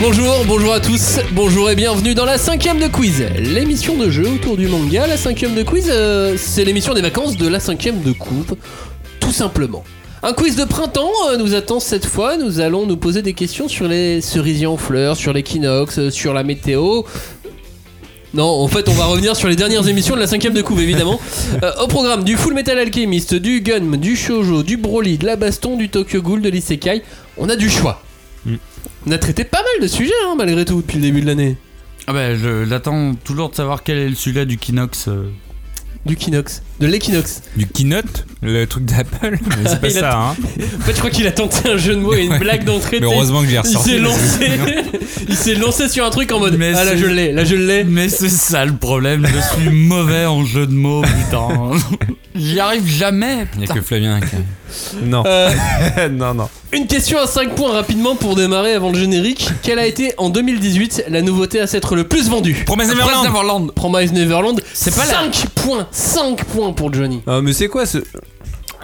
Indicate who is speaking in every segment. Speaker 1: Bonjour, bonjour à tous, bonjour et bienvenue dans la cinquième de quiz, l'émission de jeu autour du manga. La cinquième de quiz, euh, c'est l'émission des vacances de la cinquième de couve, tout simplement. Un quiz de printemps euh, nous attend cette fois. Nous allons nous poser des questions sur les cerisiers en fleurs, sur l'équinoxe, euh, sur la météo. Non, en fait, on va revenir sur les dernières émissions de la cinquième de couve, évidemment. Euh, au programme du Full Metal Alchemist, du Gun, du Shoujo, du Broly, de la Baston, du Tokyo Ghoul, de l'Isekai, on a du choix.
Speaker 2: Mm.
Speaker 1: On a traité pas mal de sujets, hein, malgré tout, depuis le début de l'année.
Speaker 2: Ah bah, je l'attends toujours de savoir quel est le sujet du Kinox. euh,
Speaker 1: Du Kinox, de l'équinoxe.
Speaker 3: Du keynote, le truc d'Apple, mais c'est pas
Speaker 1: Il a
Speaker 3: ça. Hein.
Speaker 1: En fait, je crois qu'il a tenté un jeu de mots et une blague d'entrée.
Speaker 3: Mais
Speaker 1: tu sais,
Speaker 3: heureusement que j'ai
Speaker 1: Il
Speaker 3: ressorti.
Speaker 1: s'est
Speaker 3: parce que
Speaker 1: lancé,
Speaker 3: sinon-
Speaker 1: il s'est lancé sur un truc en mode.
Speaker 2: Mais
Speaker 1: ah là
Speaker 2: c'est-
Speaker 1: je l'ai, là je l'ai.
Speaker 2: Mais c'est ça le problème, je suis mauvais en jeu de mots, putain. J'y arrive jamais.
Speaker 3: Il y a que Flavien qui.
Speaker 4: Non,
Speaker 1: Euh,
Speaker 4: non, non.
Speaker 1: une question à 5 points rapidement pour démarrer avant le générique. Quelle a été en 2018 la nouveauté à s'être le plus vendue
Speaker 3: Promesse
Speaker 2: Prince
Speaker 3: Neverland
Speaker 2: Neverland.
Speaker 1: Promise Neverland.
Speaker 2: C'est pas la-
Speaker 1: 5 points, 5 points pour Johnny.
Speaker 4: Ah, mais c'est quoi ce.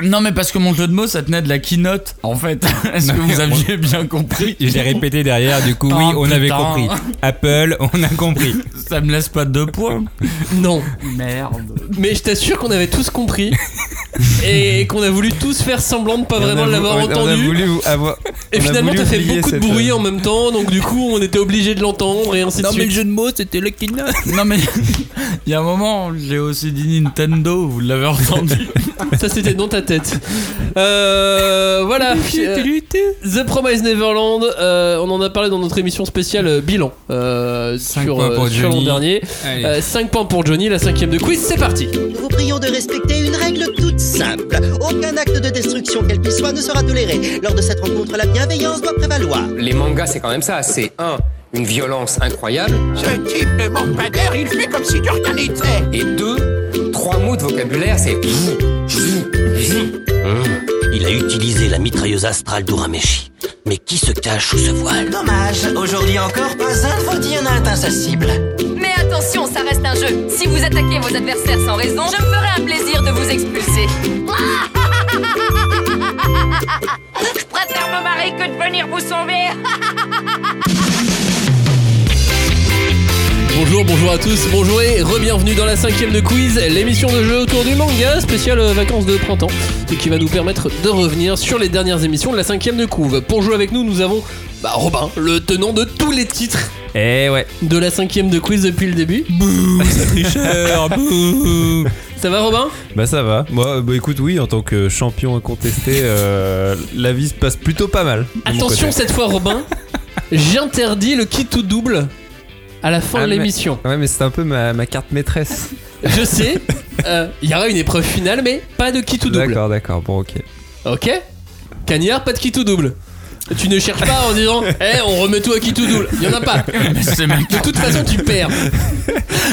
Speaker 2: Non mais parce que mon jeu de mots ça tenait de la keynote en fait. Est-ce que
Speaker 3: Non, mais
Speaker 2: vous aviez bien compris
Speaker 3: Je l'ai répété derrière, du coup,
Speaker 2: Ah,
Speaker 3: oui, on avait
Speaker 2: putain.
Speaker 3: compris. Apple, on a compris.
Speaker 2: Ça me laisse pas deux points.
Speaker 1: Non,
Speaker 2: Merde.
Speaker 1: mais je t'assure qu'on avait tous compris et qu'on a voulu tous faire semblant de pas
Speaker 4: On
Speaker 1: vraiment
Speaker 4: a vou-
Speaker 1: l'avoir
Speaker 4: on a- On a
Speaker 1: entendu.
Speaker 4: voulu avoir.
Speaker 1: Et
Speaker 4: on a
Speaker 1: finalement,
Speaker 4: voulu
Speaker 1: t'as fait
Speaker 4: oublier
Speaker 1: beaucoup de
Speaker 4: cette,
Speaker 1: bruit
Speaker 4: euh,
Speaker 1: en même temps, donc du coup, on était obligé de l'entendre et ainsi de suite.
Speaker 2: jeu de mots c'était le keynote. Non mais il y a un moment j'ai aussi dit Nintendo, vous l'avez entendu.
Speaker 1: Ça, c'était dans ta tête. Euh, voilà. Euh, The Promise Neverland, euh, on en a parlé dans notre émission spéciale euh, bilan euh,
Speaker 3: Cinq
Speaker 1: sur,
Speaker 3: points
Speaker 1: euh,
Speaker 3: pour
Speaker 1: sur l'an
Speaker 3: Johnny.
Speaker 1: dernier.
Speaker 3: Allez.
Speaker 1: 5 points pour Johnny, la cinquième de quiz, c'est parti.
Speaker 5: Nous vous prions de respecter une règle toute simple. Aucun acte de destruction, quel qu'il soit, ne sera toléré. Lors de cette rencontre, la bienveillance doit prévaloir.
Speaker 6: les mangas, c'est quand même ça. C'est un, une violence incroyable,
Speaker 7: Ce type ne manque pas d'air, il fait comme si de rien n'était.
Speaker 6: et deux, trois mots de vocabulaire, c'est.
Speaker 8: Mmh. Il a utilisé la mitrailleuse astrale d'Urameshi. Mais qui se cache sous ce voile
Speaker 5: Dommage, aujourd'hui encore, pas un faudi en a atteint sa cible.
Speaker 9: Mais attention, ça reste un jeu. Si vous attaquez vos adversaires sans raison, je me ferai un plaisir de vous expulser. Je préfère me marier que de venir vous sauver.
Speaker 1: Bonjour, bonjour à tous, bonjour et re-bienvenue dans la cinquième de quiz, l'émission de jeu autour du manga, spéciale euh, vacances de printemps, et qui va nous permettre de revenir sur les dernières émissions de la cinquième de couve. Pour jouer avec nous, nous avons bah, Robin, le tenant de tous les titres
Speaker 3: Eh ouais.
Speaker 1: de la cinquième de quiz depuis le début.
Speaker 3: Tricheur, bouh.
Speaker 1: Ça va Robin
Speaker 4: Bah, ça va. Moi, bah, écoute, oui, en tant que champion incontesté, euh, la vie se passe plutôt pas mal. de mon
Speaker 1: Attention
Speaker 4: côté.
Speaker 1: cette fois Robin, j'interdis le qui tout double à la fin
Speaker 4: Ah,
Speaker 1: de
Speaker 4: mais-
Speaker 1: l'émission.
Speaker 4: Ouais, mais c'est un peu ma, ma carte maîtresse.
Speaker 1: Je sais, euh, il y aura une épreuve finale, mais pas de qui tout double.
Speaker 4: D'accord, d'accord. Bon, ok.
Speaker 1: Ok Cagnard, pas de qui tout double. Tu ne cherches pas en disant, eh, on remet tout à qui tout double. Il y en a pas.
Speaker 2: Mais c'est ma,
Speaker 1: De toute façon, tu perds.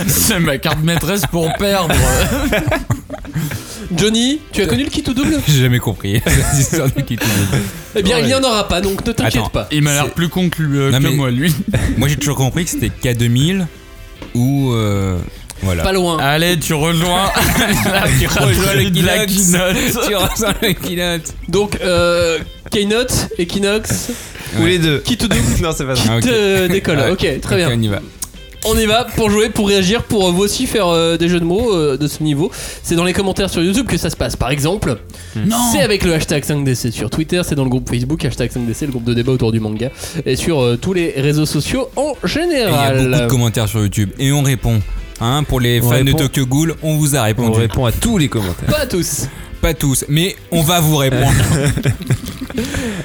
Speaker 2: c'est ma carte maîtresse pour perdre.
Speaker 1: Johnny, tu as connu le qui tout double
Speaker 3: J'ai jamais compris cette histoire de Kitty.
Speaker 1: Eh bien, il n'y en aura pas, donc ne t'inquiète
Speaker 3: Attends.
Speaker 1: pas.
Speaker 2: Il m'a l'air plus con que, lui- euh,
Speaker 3: Non,
Speaker 2: que
Speaker 3: mais-
Speaker 2: moi lui.
Speaker 3: Moi, j'ai toujours compris que c'était K2000 ou. euh, Voilà.
Speaker 1: Pas loin.
Speaker 2: Allez, tu rejoins. Là, tu rejoins le
Speaker 3: Kinox.
Speaker 2: la Kinox.
Speaker 3: Tu ressens le keynote.
Speaker 1: Donc, euh, Keynote, Equinox,
Speaker 4: Ou
Speaker 3: Ouais.
Speaker 4: les deux.
Speaker 1: qui tout double,
Speaker 4: Non, c'est pas ça.
Speaker 1: qui
Speaker 3: Ah, ok.
Speaker 1: te décolle.
Speaker 3: Ah,
Speaker 1: Ok, très bien.
Speaker 3: on y va.
Speaker 1: On y va pour jouer, pour réagir, pour euh, vous aussi faire euh, des jeux de mots euh, de ce niveau. C'est dans les commentaires sur YouTube que ça se passe. Par exemple, c'est avec le hashtag 5DC sur Twitter, c'est dans le groupe Facebook, hashtag 5DC, le groupe de débat autour du manga, et sur euh, tous les réseaux sociaux en
Speaker 3: Et Il y a
Speaker 1: général.
Speaker 3: beaucoup de commentaires sur YouTube et on répond. Hein, pour les
Speaker 4: On
Speaker 3: fans de
Speaker 4: répond.
Speaker 3: Tokyo Ghoul, on vous a
Speaker 4: On
Speaker 3: répondu.
Speaker 4: répond à tous les commentaires.
Speaker 1: Pas tous.
Speaker 3: Pas tous, mais on va vous répondre.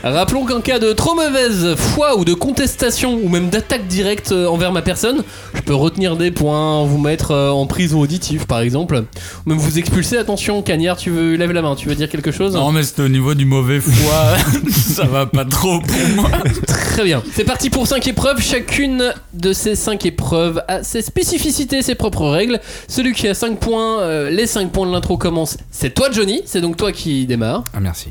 Speaker 1: Rappelons qu'en cas de trop mauvaise foi ou de contestation ou même d'attaque directe euh, envers ma personne, je peux retenir des points, vous mettre euh, en prison auditive par exemple, ou même vous expulser. Attention, Cagnard, tu veux lève la main, tu veux dire quelque chose
Speaker 2: Non, mais c'était au niveau du mauvais foi. ça va pas trop pour moi.
Speaker 1: Très bien. C'est parti pour 5 épreuves. Chacune de ces 5 épreuves a ses spécificités, ses propres règles. Celui qui a 5 points, euh, les 5 points de l'intro commencent. C'est toi, Johnny. C'est donc toi qui démarre.
Speaker 3: Ah, merci.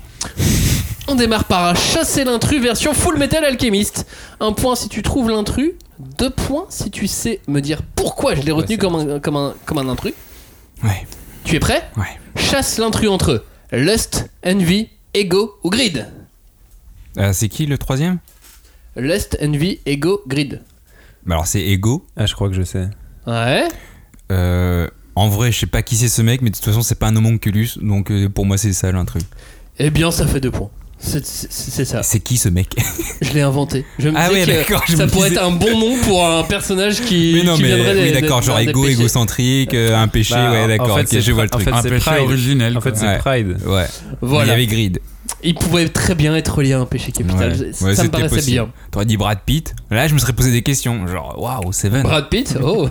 Speaker 1: On démarre par un chasser l'intrus version Full Metal Alchemist. Un point si tu trouves l'intrus. Deux points si tu sais me dire pourquoi je l'ai retenu comme un, comme, un, comme un intrus.
Speaker 3: Ouais,
Speaker 1: Tu es prêt
Speaker 3: ouais.
Speaker 1: Chasse l'intrus entre eux. Lust, Envy, Ego ou Greed.
Speaker 3: Euh, c'est qui le troisième
Speaker 1: Lust, Envy, Ego, Greed.
Speaker 3: Bah alors c'est Ego.
Speaker 4: Ah, je crois que je sais.
Speaker 1: Ouais.
Speaker 3: Euh, en vrai, je sais pas qui c'est ce mec, mais de toute façon, c'est pas un homonculus, donc euh, pour moi, c'est ça l'intrigue.
Speaker 1: Eh bien, ça fait deux points. C'est c'est- c'est ça.
Speaker 3: C'est qui ce mec
Speaker 1: Je l'ai inventé. Je me
Speaker 3: Ah
Speaker 1: disais
Speaker 3: ouais,
Speaker 1: que
Speaker 3: d'accord, je
Speaker 1: ça
Speaker 3: me
Speaker 1: pourrait
Speaker 3: disais-
Speaker 1: être un bon nom pour un personnage qui,
Speaker 3: Mais non,
Speaker 1: qui
Speaker 3: mais
Speaker 1: viendrait
Speaker 3: oui,
Speaker 1: des-
Speaker 3: d'accord,
Speaker 1: des-
Speaker 3: genre
Speaker 1: des
Speaker 3: égo,
Speaker 1: péchés.
Speaker 3: égocentrique, euh, un péché,
Speaker 4: Bah,
Speaker 3: ouais,
Speaker 4: en-
Speaker 3: d'accord,
Speaker 4: en fait,
Speaker 3: ok,
Speaker 4: c'est
Speaker 3: je vois le
Speaker 4: en
Speaker 3: truc.
Speaker 4: fait,
Speaker 2: Un
Speaker 4: c'est
Speaker 2: péché
Speaker 4: Pride.
Speaker 2: originel.
Speaker 4: En fait,
Speaker 2: quoi.
Speaker 4: c'est
Speaker 3: Ouais.
Speaker 4: Pride.
Speaker 3: Ouais, il y
Speaker 1: Voilà.
Speaker 3: avait Grid.
Speaker 1: Il pouvait très bien être lié à un péché capital.
Speaker 3: Ouais.
Speaker 1: Ça
Speaker 3: Ouais,
Speaker 1: me
Speaker 3: c'était
Speaker 1: paraissait
Speaker 3: possible.
Speaker 1: bien.
Speaker 3: T'aurais dit Brad Pitt, là je me serais posé des questions, genre waouh, Seven.
Speaker 1: Brad Pitt Oh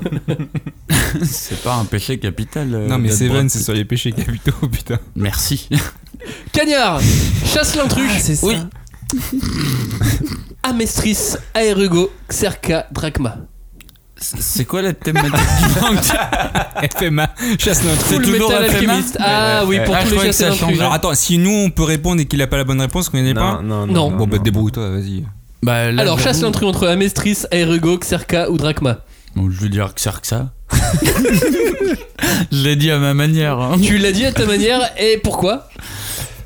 Speaker 2: C'est pas un péché capital. euh,
Speaker 3: non mais
Speaker 2: d'être
Speaker 3: Seven,
Speaker 2: Brad
Speaker 3: c'est
Speaker 2: Pitt.
Speaker 3: sur les péchés capitaux, putain.
Speaker 2: Merci.
Speaker 1: Cagnard Chasse l'intrus
Speaker 3: Ah,
Speaker 1: Oui. Amestris, Aerugo, Xerca, Drachma.
Speaker 2: C'est quoi la thématique du manga
Speaker 3: FMA, chasse notre
Speaker 1: Full Metal Alchemist. Ah oui, pour
Speaker 2: Ah,
Speaker 1: tous
Speaker 2: je
Speaker 1: les
Speaker 2: croyais
Speaker 1: cas,
Speaker 2: que
Speaker 1: c'est
Speaker 2: ça changeait.
Speaker 3: Alors attends, si nous on peut répondre et qu'il a pas la bonne réponse, qu'on est pas.
Speaker 4: Non, non,
Speaker 1: Non.
Speaker 4: non.
Speaker 3: Bon bah débrouille-toi, vas-y.
Speaker 2: bah, là,
Speaker 1: Alors, chasse
Speaker 2: j'avoue,
Speaker 1: l'intrus entre Amestris, Aerugo, Xerca ou Drachma.
Speaker 2: Bon, je veux dire que c'est que ça. je l'ai dit à ma manière. hein.
Speaker 1: Tu l'as dit à ta manière, et pourquoi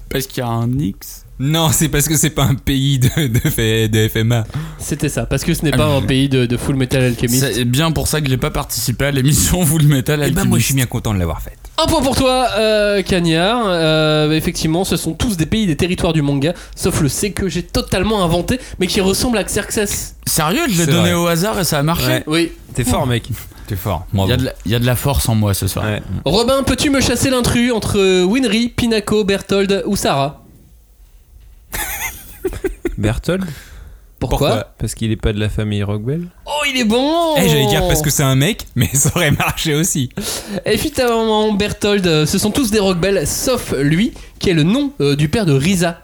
Speaker 2: Parce qu'il y a un X.
Speaker 3: Non, c'est parce que c'est pas un pays de, de, fait- de FMA.
Speaker 4: Bah,
Speaker 1: C'était ça, parce que ce n'est
Speaker 2: Ah,
Speaker 1: pas
Speaker 2: mais-
Speaker 1: un pays de, de Full Metal Alchemist.
Speaker 2: C'est bien pour ça que j'ai pas participé à l'émission Vous le mettez à
Speaker 3: Eh ben moi je suis bien content de l'avoir faite.
Speaker 1: Un point pour toi, euh, Cagnard. Euh, effectivement, ce sont tous des pays, des territoires du manga, sauf le C que j'ai totalement inventé, mais qui ressemble à Xerxes.
Speaker 2: Sérieux, je l'ai
Speaker 3: C'est
Speaker 2: donné
Speaker 3: vrai.
Speaker 2: au hasard et ça a marché
Speaker 1: Oui.
Speaker 4: T'es fort, mec.
Speaker 3: T'es fort.
Speaker 2: Il y,
Speaker 3: Bravo.
Speaker 2: a de la- il y a de la force en moi ce soir.
Speaker 4: Ouais.
Speaker 1: Robin, peux-tu me chasser l'intrus entre Winry, Pinaco, Berthold ou Sarah
Speaker 4: Bertold
Speaker 1: Pourquoi,
Speaker 4: Parce qu'il est pas de la famille Rockwell
Speaker 1: Oh, il est bon
Speaker 3: Eh, j'allais dire parce que c'est un mec, mais ça aurait marché aussi.
Speaker 1: Évidemment, Berthold, euh, ce sont tous des rockbells, sauf lui, qui est le nom euh, du père de Risa.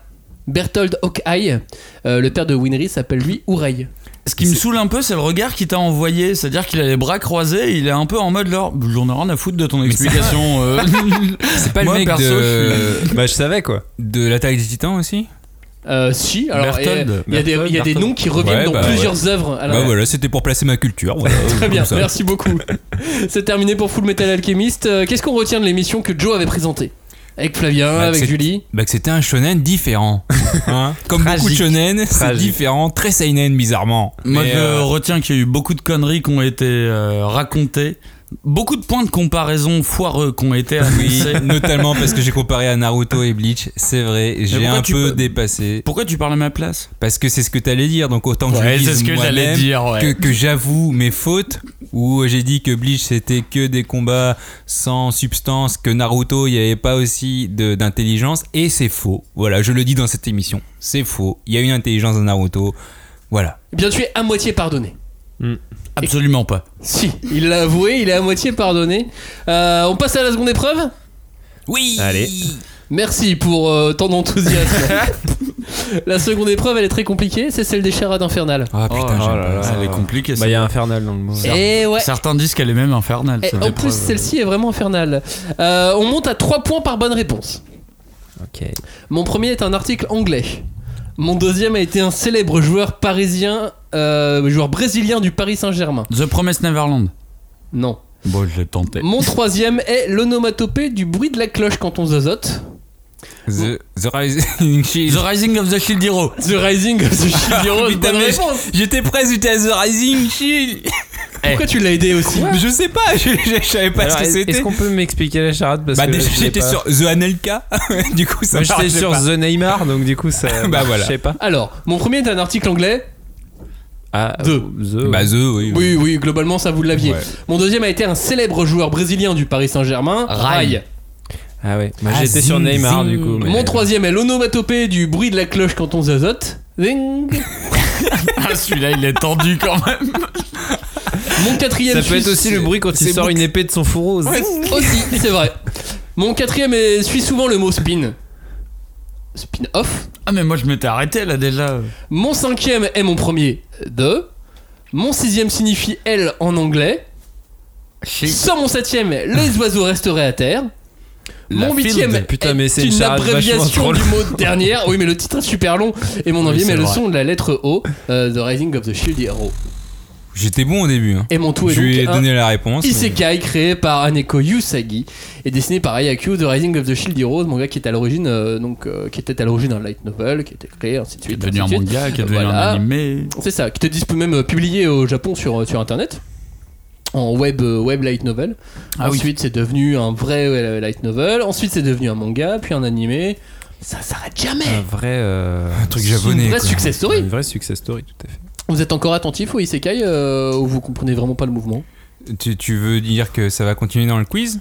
Speaker 1: Berthold Hawkeye, Euh, le père de Winry s'appelle lui Urey.
Speaker 2: Ce qui me saoule un peu, c'est le regard qu'il t'a envoyé. C'est-à-dire qu'il a les bras croisés, il est un peu en mode leur. J'en ai rien à foutre de ton explication. euh.
Speaker 3: C'est pas
Speaker 2: Moi,
Speaker 3: le mec
Speaker 2: perso,
Speaker 3: de,
Speaker 4: Bah, je savais quoi.
Speaker 3: de l'attaque des titans aussi
Speaker 1: Euh, si, alors il y a-
Speaker 2: Berthold.
Speaker 1: il y a, des, il y a des noms qui reviennent
Speaker 3: Ouais,
Speaker 1: dans
Speaker 3: bah,
Speaker 1: plusieurs œuvres. à la-
Speaker 3: Bah voilà, c'était pour placer ma culture. voilà,
Speaker 1: Très
Speaker 3: comme
Speaker 1: bien,
Speaker 3: ça.
Speaker 1: merci beaucoup. C'est terminé pour Full Metal Alchemist. Euh, Qu'est-ce qu'on retient de l'émission que Joe avait présentée Avec Flavien,
Speaker 3: Bah,
Speaker 1: avec
Speaker 3: c'est-
Speaker 1: Julie.
Speaker 3: Bah que c'était un shonen différent. Hein Comme beaucoup de
Speaker 2: Tragique.
Speaker 3: shonen, c'est
Speaker 4: Tragique.
Speaker 3: différent, très seinen bizarrement.
Speaker 2: Moi,
Speaker 3: Mais,
Speaker 2: je
Speaker 3: euh,
Speaker 2: retiens qu'il y a eu beaucoup de conneries qui ont été euh, racontées. Beaucoup de points de comparaison foireux qui ont été
Speaker 3: oui,
Speaker 2: annoncés.
Speaker 3: notamment parce que j'ai comparé à Naruto et Bleach, c'est vrai, j'ai
Speaker 2: pourquoi
Speaker 3: un
Speaker 2: tu
Speaker 3: peu
Speaker 2: peux-
Speaker 3: dépassé
Speaker 2: Pourquoi tu parles à ma place
Speaker 3: parce que c'est ce que t'allais dire, donc autant que je le dise moi-même,
Speaker 2: dire.
Speaker 3: que, que j'avoue mes fautes où j'ai dit que Bleach c'était que des combats sans substance, que Naruto il n'y avait pas aussi de- d'intelligence et c'est faux. Voilà, je le dis dans cette émission, c'est faux. Il y a une intelligence dans Naruto. Voilà.
Speaker 1: Eh bien, tu es à moitié pardonné.
Speaker 2: Absolument pas.
Speaker 1: Si, il l'a avoué, il est à moitié pardonné. Euh, on passe à la seconde épreuve
Speaker 3: Oui.
Speaker 4: Allez.
Speaker 1: Merci pour euh, tant d'enthousiasme. la seconde épreuve, elle est très compliquée, c'est celle des charades infernales.
Speaker 3: Ah putain,
Speaker 4: Oh
Speaker 3: j'aime
Speaker 4: là
Speaker 3: pas
Speaker 4: là.
Speaker 3: ça.
Speaker 2: Elle est compliquée.
Speaker 4: Bah,
Speaker 2: ça.
Speaker 4: il y a Infernal dans le mot.
Speaker 1: Et ouais.
Speaker 2: Certains disent qu'elle est même infernale.
Speaker 3: Eh,
Speaker 1: Et
Speaker 3: oh.
Speaker 2: cette
Speaker 1: en
Speaker 2: épreuve.
Speaker 1: plus, celle-ci est vraiment infernale. Euh, on monte à 3 points par bonne réponse.
Speaker 4: Ah, Ok.
Speaker 1: Mon premier est un article anglais. Mon deuxième a été un célèbre joueur parisien, euh, joueur brésilien du Paris Saint-Germain.
Speaker 2: The Promise Neverland.
Speaker 1: Non.
Speaker 2: Bon, je l'ai tenté.
Speaker 1: Mon troisième est l'onomatopée du bruit de la cloche quand on zozote.
Speaker 3: The,
Speaker 4: Oh.
Speaker 3: the Rising Shield.
Speaker 2: The Rising of the Shield Hero.
Speaker 1: The Rising of the Shield Hero,
Speaker 3: Putain,
Speaker 1: bonne
Speaker 3: mais-
Speaker 1: réponse.
Speaker 3: J'étais presque j'étais à The Rising Shield.
Speaker 1: Pourquoi tu l'as aidé aussi
Speaker 3: Je sais pas, je, je- je savais pas
Speaker 4: Alors,
Speaker 3: ce que
Speaker 4: est-
Speaker 3: c'était.
Speaker 4: Est-ce qu'on peut m'expliquer la charade parce
Speaker 3: Bah
Speaker 4: que
Speaker 3: déjà
Speaker 4: je l'ai
Speaker 3: j'étais
Speaker 4: pas.
Speaker 3: sur The Anelka, du coup ça
Speaker 4: Moi, j'étais
Speaker 3: marchait
Speaker 4: sur
Speaker 3: pas.
Speaker 4: The Neymar, donc du coup ça.
Speaker 3: Bah, voilà.
Speaker 4: Je sais pas.
Speaker 1: Alors, mon premier est un article anglais.
Speaker 4: Ah,
Speaker 1: The.
Speaker 4: The.
Speaker 3: Bah The, oui.
Speaker 1: Oui, oui, globalement, ça vous l'aviez.
Speaker 3: Ouais.
Speaker 1: Mon deuxième a été un célèbre joueur brésilien du Paris Saint-Germain,
Speaker 2: Rai.
Speaker 1: Rai.
Speaker 4: Ah ouais. Moi,
Speaker 3: Ah,
Speaker 4: j'étais
Speaker 3: zing,
Speaker 4: sur Neymar
Speaker 3: zing.
Speaker 4: du coup. mais- euh,
Speaker 1: Mon troisième est l'onomatopée du bruit de la cloche quand on zazote. Zing.
Speaker 2: Ah, celui-là, il est tendu quand même.
Speaker 1: Mon quatrième.
Speaker 4: Ça peut être
Speaker 1: suisse-
Speaker 4: aussi le bruit quand il
Speaker 3: c'est
Speaker 4: sort
Speaker 3: beaucoup-
Speaker 4: une épée de son fourreau. zing.
Speaker 1: Aussi, c'est vrai. Mon quatrième est, suit souvent le mot spin. Spin off.
Speaker 2: Ah, mais moi, je m'étais arrêté là déjà.
Speaker 1: Mon cinquième est mon premier de. Mon sixième signifie elle en anglais. Sans mon septième, les oiseaux resteraient à terre.
Speaker 2: La
Speaker 1: Mon
Speaker 2: field,
Speaker 1: huitième
Speaker 4: putain, mais c'est
Speaker 1: est
Speaker 4: une
Speaker 1: une
Speaker 4: charade vachement
Speaker 1: abréviation
Speaker 4: drôle.
Speaker 1: du mot dernière. Oui, mais le titre est super long. Et mon
Speaker 2: Oui,
Speaker 1: neuvième
Speaker 2: c'est
Speaker 1: est le
Speaker 2: vrai.
Speaker 1: son de la lettre O, euh, The Rising of the Shield Hero.
Speaker 3: J'étais bon au début. hein.
Speaker 1: Et mon tout est
Speaker 3: Je lui ai
Speaker 4: euh,
Speaker 1: donc un
Speaker 3: donné la réponse. mais-
Speaker 1: Isekai créé par Aneko Yusagi et dessiné par Ayakyu de Rising of the Shield Heroes, manga qui est à l'origine euh, donc euh, qui était à l'origine d'un light novel qui était créé ainsi de
Speaker 2: Qui est
Speaker 1: suite.
Speaker 2: devenu un
Speaker 1: ainsi de suite.
Speaker 2: manga, qui est devenu
Speaker 1: Voilà.
Speaker 2: un animé.
Speaker 1: C'est ça, qui était dispo- même euh, publié au Japon sur, euh, sur internet en web euh, web light novel.
Speaker 2: Ah oui.
Speaker 1: Ensuite, c'est devenu un vrai euh, light novel. Ensuite, c'est devenu un manga, puis un animé. Ça s'arrête jamais.
Speaker 2: Ah.
Speaker 4: Un vrai. euh,
Speaker 3: Un truc
Speaker 1: Une
Speaker 3: japonais.
Speaker 1: vraie
Speaker 3: quoi.
Speaker 1: success story.
Speaker 4: Une vraie success story, tout à fait.
Speaker 1: Vous êtes encore attentif au isekai euh, ou vous comprenez vraiment pas le mouvement
Speaker 3: Tu, tu veux dire que ça va continuer dans le quiz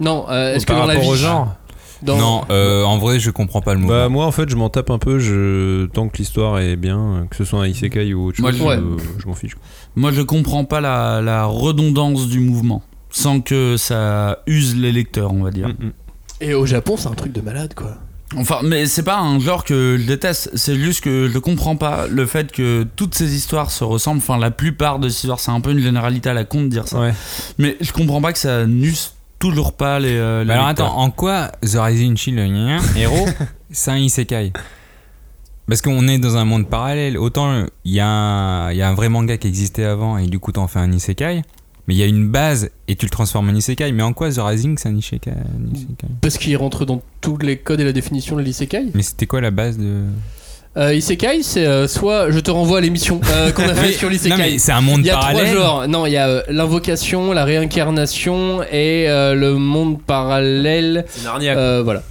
Speaker 1: Non, euh, est-ce que
Speaker 4: Par
Speaker 1: dans la
Speaker 4: rapport
Speaker 1: vie
Speaker 4: au genre
Speaker 1: dans-
Speaker 3: Non, euh, en vrai, je comprends pas le mot.
Speaker 4: Bah moi en fait je m'en tape un peu, je... tant que l'histoire est bien, euh, que ce soit un isekai ou autre
Speaker 2: Moi,
Speaker 4: chose,
Speaker 1: je- Ouais.
Speaker 4: euh, je m'en fiche.
Speaker 2: Moi, je comprends pas la, la redondance du mouvement sans que ça use les lecteurs, on va dire.
Speaker 4: Mm, mm.
Speaker 1: Et au Japon, c'est un truc de malade quoi.
Speaker 2: Enfin, mais c'est pas un genre que je déteste, c'est juste que je comprends pas le fait que toutes ces histoires se ressemblent. Enfin, la plupart de ces histoires, c'est un peu une généralité à la con de dire ça.
Speaker 4: Ouais.
Speaker 2: Mais je comprends pas que ça n'use toujours pas les. euh, les
Speaker 3: Mais alors
Speaker 2: lecteurs.
Speaker 3: attends, en quoi The Rising Shield, gna, gna, héros, c'est un isekai Parce qu'on est dans un monde parallèle. Autant il y, a un- il y a un vrai manga qui existait avant et du coup t'en fais un isekai. Mais il y a une base et tu le transformes en isekai. Mais en quoi The Rising c'est un isekai, un isekai
Speaker 1: Parce qu'il rentre dans tous les codes et la définition de l'isekai.
Speaker 3: Mais c'était quoi la base de.
Speaker 1: Euh, isekai, c'est euh, soit je te renvoie à l'émission euh, qu'on a fait sur
Speaker 3: Non, mais
Speaker 1: l'isekai.
Speaker 3: c'est un monde
Speaker 1: Il y a
Speaker 3: parallèle.
Speaker 1: trois genres. Non, il y a euh, l'invocation, la réincarnation et euh, le monde parallèle. Euh, voilà.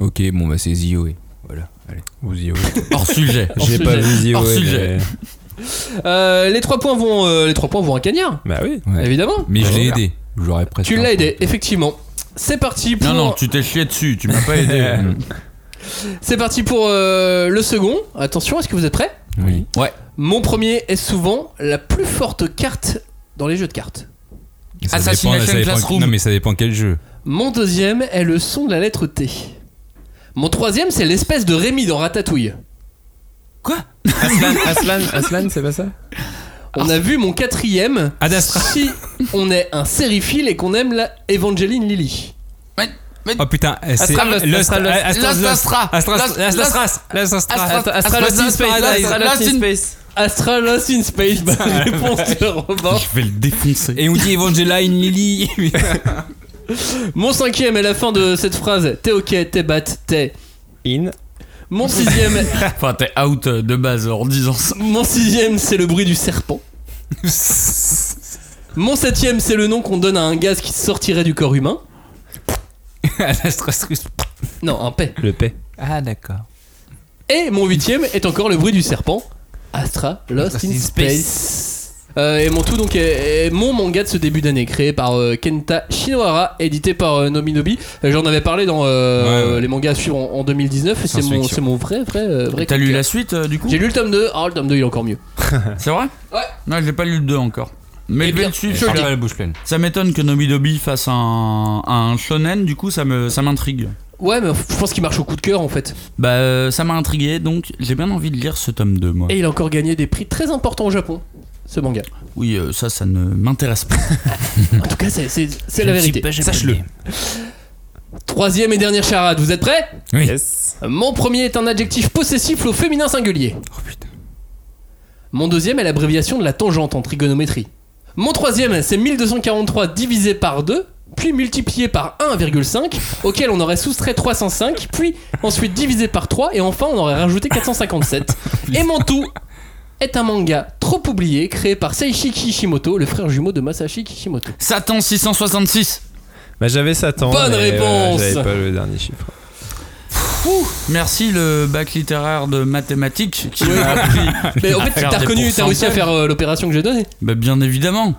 Speaker 3: Ok, bon bah c'est Zioé. Voilà, allez. Ou Zioé. Hors sujet.
Speaker 1: Hors
Speaker 4: J'ai pas
Speaker 1: sujet.
Speaker 4: vu Zio,
Speaker 2: Hors
Speaker 4: ouais,
Speaker 2: sujet.
Speaker 4: mais-
Speaker 1: Euh, les trois points vont, euh, les trois points vont à Cagnard,
Speaker 4: Bah oui.
Speaker 3: Ouais.
Speaker 1: évidemment.
Speaker 3: Mais je l'ai aidé. J'aurais presque.
Speaker 1: Tu
Speaker 3: un
Speaker 1: l'as
Speaker 3: point.
Speaker 1: aidé, effectivement. C'est parti pour.
Speaker 2: Non, non, tu t'es chié dessus, tu m'as pas aidé.
Speaker 1: C'est parti pour euh, le second. Attention, est-ce que vous êtes prêts
Speaker 3: Oui.
Speaker 1: Mon premier est souvent la plus forte carte dans les jeux de cartes.
Speaker 3: Ça
Speaker 2: Assassination
Speaker 3: dépend- ça dépend-
Speaker 2: Classroom.
Speaker 3: Non mais ça dépend quel jeu.
Speaker 1: Mon deuxième est le son de la lettre T. Mon troisième, c'est l'espèce de Rémi dans Ratatouille.
Speaker 4: Aslan, Aslan, Aslan, c'est pas ça
Speaker 1: On a vu mon quatrième.
Speaker 3: Adastra.
Speaker 1: Si on est un sérifile et qu'on aime la Evangeline Lilly.
Speaker 3: Oh putain, euh, c'est
Speaker 1: Astra Lost,
Speaker 3: Lost,
Speaker 1: Astra Lost.
Speaker 3: euh, Astra
Speaker 1: Lost,
Speaker 3: Lost.
Speaker 1: Astra.
Speaker 3: Astra-
Speaker 1: Lost,
Speaker 3: Astra-
Speaker 1: Lost.
Speaker 3: Astra-
Speaker 1: Astra-
Speaker 3: Astra-
Speaker 4: Astra
Speaker 1: Lost in Space, Astra Lost in
Speaker 4: Space.
Speaker 1: Astra Lost in Space, bonne réponse de Robin.
Speaker 2: Je vais le défoncer.
Speaker 3: Et on dit Evangeline Lily.
Speaker 1: Mon cinquième est la fin de cette phrase. T'es ok, t'es batte, t'es.
Speaker 4: In.
Speaker 1: Mon sixième,
Speaker 2: Enfin, t'es out euh, de base en disant ça.
Speaker 1: mon sixième, c'est le bruit du serpent. Mon septième, c'est le nom qu'on donne à un gaz qui sortirait du corps humain.
Speaker 3: Astra-
Speaker 1: Non, un paix.
Speaker 4: Le P.
Speaker 3: Ah d'accord.
Speaker 1: Et mon huitième est encore le bruit du serpent. Astra Lost in Space. Euh, et mon tout donc est, est mon manga de ce début d'année créé par euh, Kenta Shinohara, édité par euh, Nominobi. Euh, J'en avais parlé dans euh,
Speaker 3: Ouais, ouais.
Speaker 1: les mangas suivants en 2019 et c'est mon,
Speaker 3: Science-fiction.
Speaker 1: c'est mon vrai vrai euh, vrai.
Speaker 2: T'as
Speaker 1: coup de
Speaker 2: lu
Speaker 1: cœur.
Speaker 2: la suite euh, du coup
Speaker 1: J'ai lu le tome 2, oh le tome 2 il est encore mieux.
Speaker 2: C'est vrai
Speaker 1: Ouais.
Speaker 2: Non, j'ai pas lu le 2 encore. Mais
Speaker 1: Eh
Speaker 2: je vais
Speaker 1: bien,
Speaker 2: le suivre,
Speaker 1: je
Speaker 2: ça-
Speaker 1: le
Speaker 3: la bouche pleine.
Speaker 2: Ça m'étonne que Nobidobi fasse un, un shonen, du coup ça me ça m'intrigue.
Speaker 1: Ouais mais je pense qu'il marche au coup de cœur en fait.
Speaker 2: Bah euh, ça m'a intrigué, donc j'ai bien envie de lire ce tome 2 moi.
Speaker 1: Et il a encore gagné des prix très importants au Japon, ce manga.
Speaker 2: Oui, euh, ça ça ne m'intéresse pas.
Speaker 1: En tout cas c'est- c'est c'est la vérité.
Speaker 3: Sache-le.
Speaker 1: Troisième et dernière charade, vous êtes prêts
Speaker 3: Oui.
Speaker 4: Yes.
Speaker 1: Mon premier est un adjectif possessif au féminin singulier.
Speaker 3: Oh putain.
Speaker 1: Mon deuxième est l'abréviation de la tangente en trigonométrie. Mon troisième, c'est 1243 divisé par 2, puis multiplié par 1,5, auquel on aurait soustrait 305, puis ensuite divisé par 3, et enfin on aurait rajouté 457. et mon tout est un manga trop oublié créé par Seishi Kishimoto, le frère jumeau de Masashi Kishimoto.
Speaker 2: Satan 666
Speaker 4: Bah j'avais Satan.
Speaker 1: Bonne
Speaker 4: mais, euh,
Speaker 1: réponse.
Speaker 4: J'avais pas le dernier chiffre.
Speaker 2: Merci le bac littéraire de mathématiques qui m'a appris.
Speaker 1: Mais en
Speaker 2: à
Speaker 1: fait,
Speaker 2: faire
Speaker 1: t'as
Speaker 2: des
Speaker 1: reconnu, t'as réussi à
Speaker 2: pourcentages.
Speaker 1: faire euh, l'opération que j'ai donnée.
Speaker 2: Bah bien évidemment.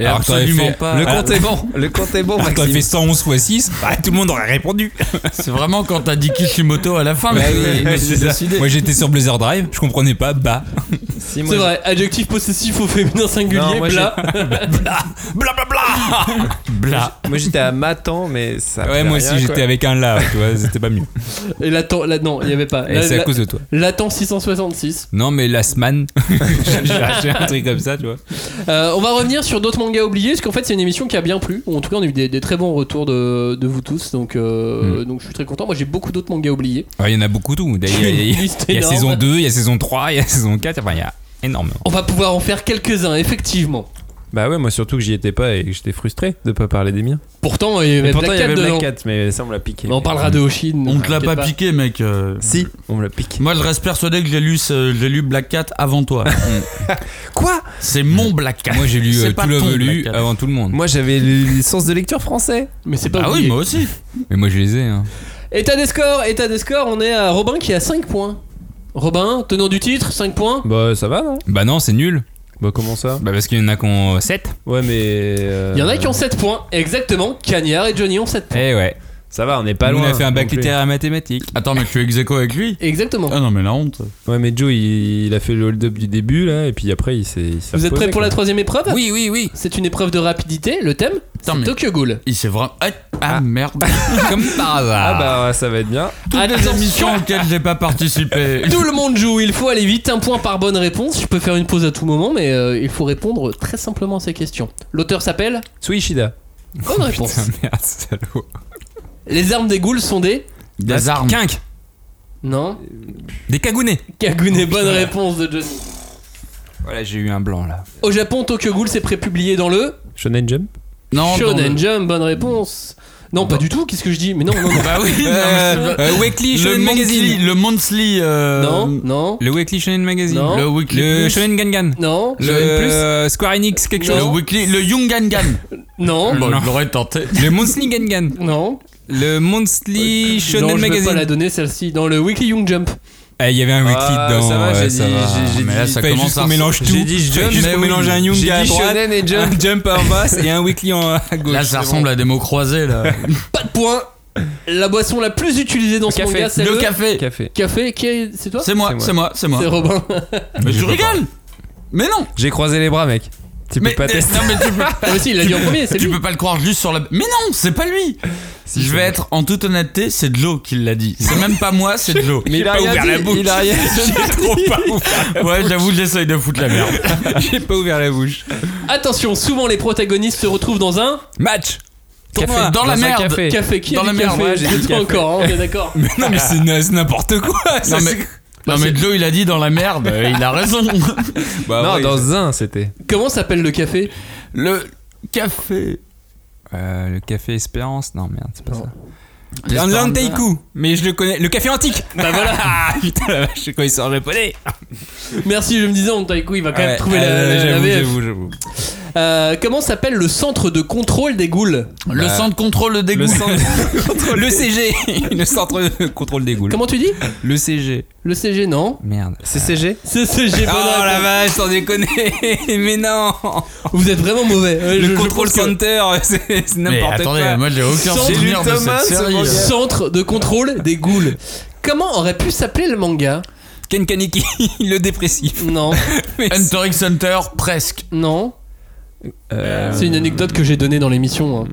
Speaker 2: Et
Speaker 3: Alors, t'aurais
Speaker 2: absolument
Speaker 3: fait
Speaker 2: pas.
Speaker 3: le
Speaker 2: Ah,
Speaker 3: compte est bon.
Speaker 4: Le compte est bon,
Speaker 3: Alors t'aurais fait 111 x 6, bah, tout le monde aurait répondu.
Speaker 2: C'est vraiment quand t'as dit Kishimoto à la fin,
Speaker 1: Bah
Speaker 2: mais je me suis
Speaker 3: C'est ça.
Speaker 2: décidé.
Speaker 3: Moi j'étais sur Blazer Drive, je comprenais pas, bah.
Speaker 1: C'est vrai, adjectif possessif au féminin singulier,
Speaker 4: Non, moi, j'ai-
Speaker 1: bla.
Speaker 3: Bla bla bla Bla.
Speaker 4: Moi j'étais à Matan, mais ça.
Speaker 3: Ouais, moi aussi j'étais avec un là, tu vois, c'était pas mieux.
Speaker 1: Et la tan- la- non, il n'y avait pas.
Speaker 3: Et
Speaker 1: La-
Speaker 3: c'est à
Speaker 1: la-
Speaker 3: cause de toi.
Speaker 1: Latent 666.
Speaker 3: Non mais Last Man, j'ai cherché un truc comme ça, tu vois.
Speaker 1: Euh, on va revenir sur d'autres mangas oubliés, parce qu'en fait c'est une émission qui a bien plu. Ou En tout cas on a eu des, des très bons retours de, de vous tous, donc, euh, donc je suis très content. Moi j'ai beaucoup d'autres mangas oubliés.
Speaker 3: Ouais, Il y en a beaucoup tout. D'ailleurs, il y a- il y a-
Speaker 1: Une liste
Speaker 3: il y a
Speaker 1: énorme.
Speaker 3: saison 2, il y a saison 3, il y a saison 4, enfin il y a énormément.
Speaker 1: On va pouvoir en faire quelques-uns, effectivement.
Speaker 4: Bah ouais, moi surtout que j'y étais pas et que j'étais frustré de pas parler des miens.
Speaker 1: Pourtant, il y avait
Speaker 4: Mais pourtant,
Speaker 1: Black
Speaker 4: il y
Speaker 1: Cat
Speaker 4: avait
Speaker 1: dedans.
Speaker 4: Black Cat, mais ça on me l'a piqué.
Speaker 1: Mais on parlera de Hoshin.
Speaker 2: On te l'a
Speaker 1: t'inquiète
Speaker 2: pas piqué, mec. euh.
Speaker 4: Si, on me l'a piqué.
Speaker 2: Moi, je reste persuadé que j'ai lu, ce- j'ai lu Black Cat avant toi.
Speaker 4: Quoi
Speaker 2: C'est mon Black Cat.
Speaker 3: Moi j'ai lu
Speaker 2: C'est
Speaker 3: euh,
Speaker 2: pas
Speaker 3: tout
Speaker 2: ton
Speaker 3: Love
Speaker 2: Black
Speaker 3: lu
Speaker 2: Cat.
Speaker 3: avant tout le monde. Bah
Speaker 4: Moi j'avais le sens de lecture français.
Speaker 1: Mais c'est pas
Speaker 2: Ah oui,
Speaker 1: oublié.
Speaker 2: moi aussi.
Speaker 3: Mais moi je les ai. hein.
Speaker 1: État des scores, état des scores, on est à Robin qui a 5 points. Robin, tenant du titre, 5 points.
Speaker 4: Bah ça va non
Speaker 3: Bah non, c'est nul.
Speaker 4: Bah comment ça
Speaker 3: Bah parce qu'il y en a qui ont 7.
Speaker 4: Ouais mais. euh,
Speaker 1: Il y en a qui ont 7 points, exactement. Cagnard et Johnny ont 7 points.
Speaker 3: Eh ouais.
Speaker 4: Ça va, on est pas
Speaker 3: Nous,
Speaker 4: loin.
Speaker 3: On a fait un bac
Speaker 4: non plus.
Speaker 3: littéraire et mathématiques.
Speaker 2: Attends, mais tu es ex aequo avec lui
Speaker 1: Exactement.
Speaker 2: Ah non, mais la honte.
Speaker 4: Ouais mais Joe il, il a fait le hold-up du début là et puis après il s'est. il s'est
Speaker 1: Vous êtes
Speaker 4: reposé,
Speaker 1: prêts pour la
Speaker 4: quoi.
Speaker 1: troisième épreuve
Speaker 3: Oui, oui, oui.
Speaker 1: C'est une épreuve de rapidité. Le thème
Speaker 2: Putain, mais-
Speaker 1: Tokyo Ghoul.
Speaker 2: Il s'est vraiment. Ah, ah, merde.
Speaker 3: Comme par hasard.
Speaker 4: Ah bah ouais, ça va être bien.
Speaker 2: Toutes les
Speaker 1: Attention.
Speaker 2: émissions auxquelles j'ai pas participé.
Speaker 1: Tout le monde joue, il faut aller vite, un point par bonne réponse. Je peux faire une pause à tout moment, mais euh, il faut répondre très simplement à ces questions. L'auteur s'appelle
Speaker 4: Suishida.
Speaker 1: Bonne
Speaker 2: Oh,
Speaker 1: réponse.
Speaker 3: Putain, merde, salaud.
Speaker 1: Les armes des ghouls sont des.
Speaker 2: Des armes.
Speaker 3: Quinque.
Speaker 1: Non
Speaker 3: Des cagounets.
Speaker 1: Kagune, bonne réponse de Johnny.
Speaker 3: Voilà, j'ai eu un blanc là.
Speaker 1: Au Japon, Tokyo Ghoul s'est prépublié dans le.
Speaker 4: Shonen Jump
Speaker 2: Non, dans
Speaker 1: Shonen
Speaker 2: le-
Speaker 1: Jump, bonne réponse. Non, pas du tout, qu'est-ce que je dis Mais non, non, non.
Speaker 2: Bah oui. non, mais c'est
Speaker 3: Euh,
Speaker 2: vrai.
Speaker 3: euh, Weekly
Speaker 2: le
Speaker 3: Shonen
Speaker 2: monthly,
Speaker 3: Magazine.
Speaker 2: le monthly, euh,
Speaker 1: non, non,
Speaker 3: Le Weekly Shonen Magazine.
Speaker 1: Non.
Speaker 2: le weekly,
Speaker 3: Le
Speaker 2: plus,
Speaker 3: Shonen Gangan.
Speaker 1: non,
Speaker 3: Le
Speaker 2: Shonen plus.
Speaker 3: euh, Square Enix quelque
Speaker 1: Non.
Speaker 2: le
Speaker 3: chose.
Speaker 2: weekly, le Yungangan.
Speaker 1: non,
Speaker 2: Bon,
Speaker 3: non.
Speaker 2: je l'aurais tenté.
Speaker 3: Le Monthly Gangan.
Speaker 1: non.
Speaker 3: Le Monthly
Speaker 1: non,
Speaker 3: Shonen
Speaker 1: je vais
Speaker 3: Magazine.
Speaker 1: pas la donner celle-ci. Dans le Weekly Young Jump.
Speaker 3: Ah, il y avait un Weekly
Speaker 4: Ah,
Speaker 3: dedans.
Speaker 4: ça va, j'ai
Speaker 3: ouais,
Speaker 4: dit-
Speaker 3: ça va.
Speaker 4: j'ai- j'ai
Speaker 3: Mais
Speaker 4: dit-
Speaker 3: là, ça
Speaker 2: fallait
Speaker 3: commence
Speaker 2: juste
Speaker 3: à
Speaker 2: qu'on mélange
Speaker 3: mélange tout.
Speaker 2: tout.
Speaker 3: Fallait juste
Speaker 2: mais
Speaker 3: qu'on
Speaker 2: oui.
Speaker 3: mélange un
Speaker 4: J'ai
Speaker 3: Yunga à
Speaker 4: dit
Speaker 3: droite,
Speaker 4: Shonen et Jump.
Speaker 3: un Jump en basse et un Weekly en, à gauche.
Speaker 2: Là, ça
Speaker 3: C'est
Speaker 2: ressemble à des mots croisés là.
Speaker 1: Pas de point. La boisson la plus utilisée dans ce
Speaker 4: café.
Speaker 1: manga, c'est le,
Speaker 2: Ah, le café.
Speaker 4: Café.
Speaker 1: café. Qui est- C'est toi
Speaker 2: C'est moi, c'est moi, c'est moi.
Speaker 1: C'est Robin.
Speaker 2: Mais tu rigoles Mais non.
Speaker 4: J'ai croisé les bras mec. Tu
Speaker 2: Mais
Speaker 4: peux pas tester.
Speaker 2: non, mais tu peux.
Speaker 1: Ah, mais si, il l'a dit en premier, c'est
Speaker 2: tu
Speaker 1: lui.
Speaker 2: peux pas le croire juste sur la. Mais non, c'est pas lui.
Speaker 4: Si,
Speaker 2: je
Speaker 4: c'est
Speaker 2: vais
Speaker 4: vrai.
Speaker 2: être en toute honnêteté, c'est Joe qui l'a dit. C'est même pas moi, c'est Joe.
Speaker 4: Mais il a
Speaker 2: pas
Speaker 4: rien
Speaker 2: ouvert
Speaker 4: dit,
Speaker 2: la bouche.
Speaker 4: il a rien
Speaker 2: J'ai trop pas ouvert la Ouais, j'avoue, j'essaye de foutre la merde.
Speaker 3: J'ai pas ouvert la bouche.
Speaker 1: Attention, souvent les protagonistes se retrouvent dans un
Speaker 3: Match.
Speaker 2: Tournoi. Dans la
Speaker 4: un
Speaker 2: merde.
Speaker 4: café.
Speaker 1: café. Qui a
Speaker 2: Eh, Dans
Speaker 1: dit
Speaker 2: la merde,
Speaker 1: café
Speaker 2: ouais, j'ai
Speaker 1: C'est
Speaker 2: dit
Speaker 1: toi
Speaker 2: café.
Speaker 1: encore, hein, on est d'accord.
Speaker 3: Mais non, mais c'est na- c'est n'importe quoi. ça,
Speaker 2: Non mais,
Speaker 3: c'est-
Speaker 2: non, mais Joe il a dit dans la merde, euh, il a raison.
Speaker 3: Bah,
Speaker 4: Non,
Speaker 3: ouais,
Speaker 4: dans un c'était.
Speaker 1: Comment s'appelle le café
Speaker 2: Le café.
Speaker 3: Euh, le café Espérance Non, merde, c'est pas
Speaker 1: Non.
Speaker 3: ça. Un Lanteiku, mais je le connais. Le café antique
Speaker 1: Bah voilà.
Speaker 3: Ah putain, la vache, c'est quoi, il s'en japonais
Speaker 1: Merci, je me disais, on Taïku, il va quand même
Speaker 3: Ouais,
Speaker 1: trouver
Speaker 3: euh,
Speaker 1: la, la- la
Speaker 3: J'avoue,
Speaker 1: VF.
Speaker 3: j'avoue, j'avoue.
Speaker 1: Euh, comment s'appelle le centre de contrôle des ghouls
Speaker 2: Le
Speaker 3: Bah,
Speaker 2: centre contrôle de dégoût.
Speaker 3: Le centre. le CG Le centre de contrôle des goules.
Speaker 1: Comment tu dis
Speaker 3: Le CG.
Speaker 1: Le CG, non
Speaker 3: Merde.
Speaker 4: CCG
Speaker 1: CCG,
Speaker 3: Oh
Speaker 1: bonne
Speaker 3: la
Speaker 1: réponse.
Speaker 3: vache, sans déconner Mais non
Speaker 1: Vous êtes vraiment mauvais. Euh, je- je
Speaker 3: Le contrôle
Speaker 1: pense que-
Speaker 3: center, c'est c'est
Speaker 2: Mais
Speaker 3: n'importe
Speaker 2: attendez,
Speaker 3: quoi.
Speaker 2: moi j'ai aucun
Speaker 1: Sans
Speaker 2: souvenir de
Speaker 4: Thomas,
Speaker 2: cette
Speaker 4: ce
Speaker 2: série.
Speaker 4: manga.
Speaker 1: Centre de contrôle des ghouls. Comment aurait pu s'appeler le manga
Speaker 3: Ken Kaneki, le dépressif.
Speaker 1: Non,
Speaker 3: Mais c'est-
Speaker 2: Hunter x Hunter, presque.
Speaker 1: non. C'est une anecdote que j'ai donnée dans l'émission. hein.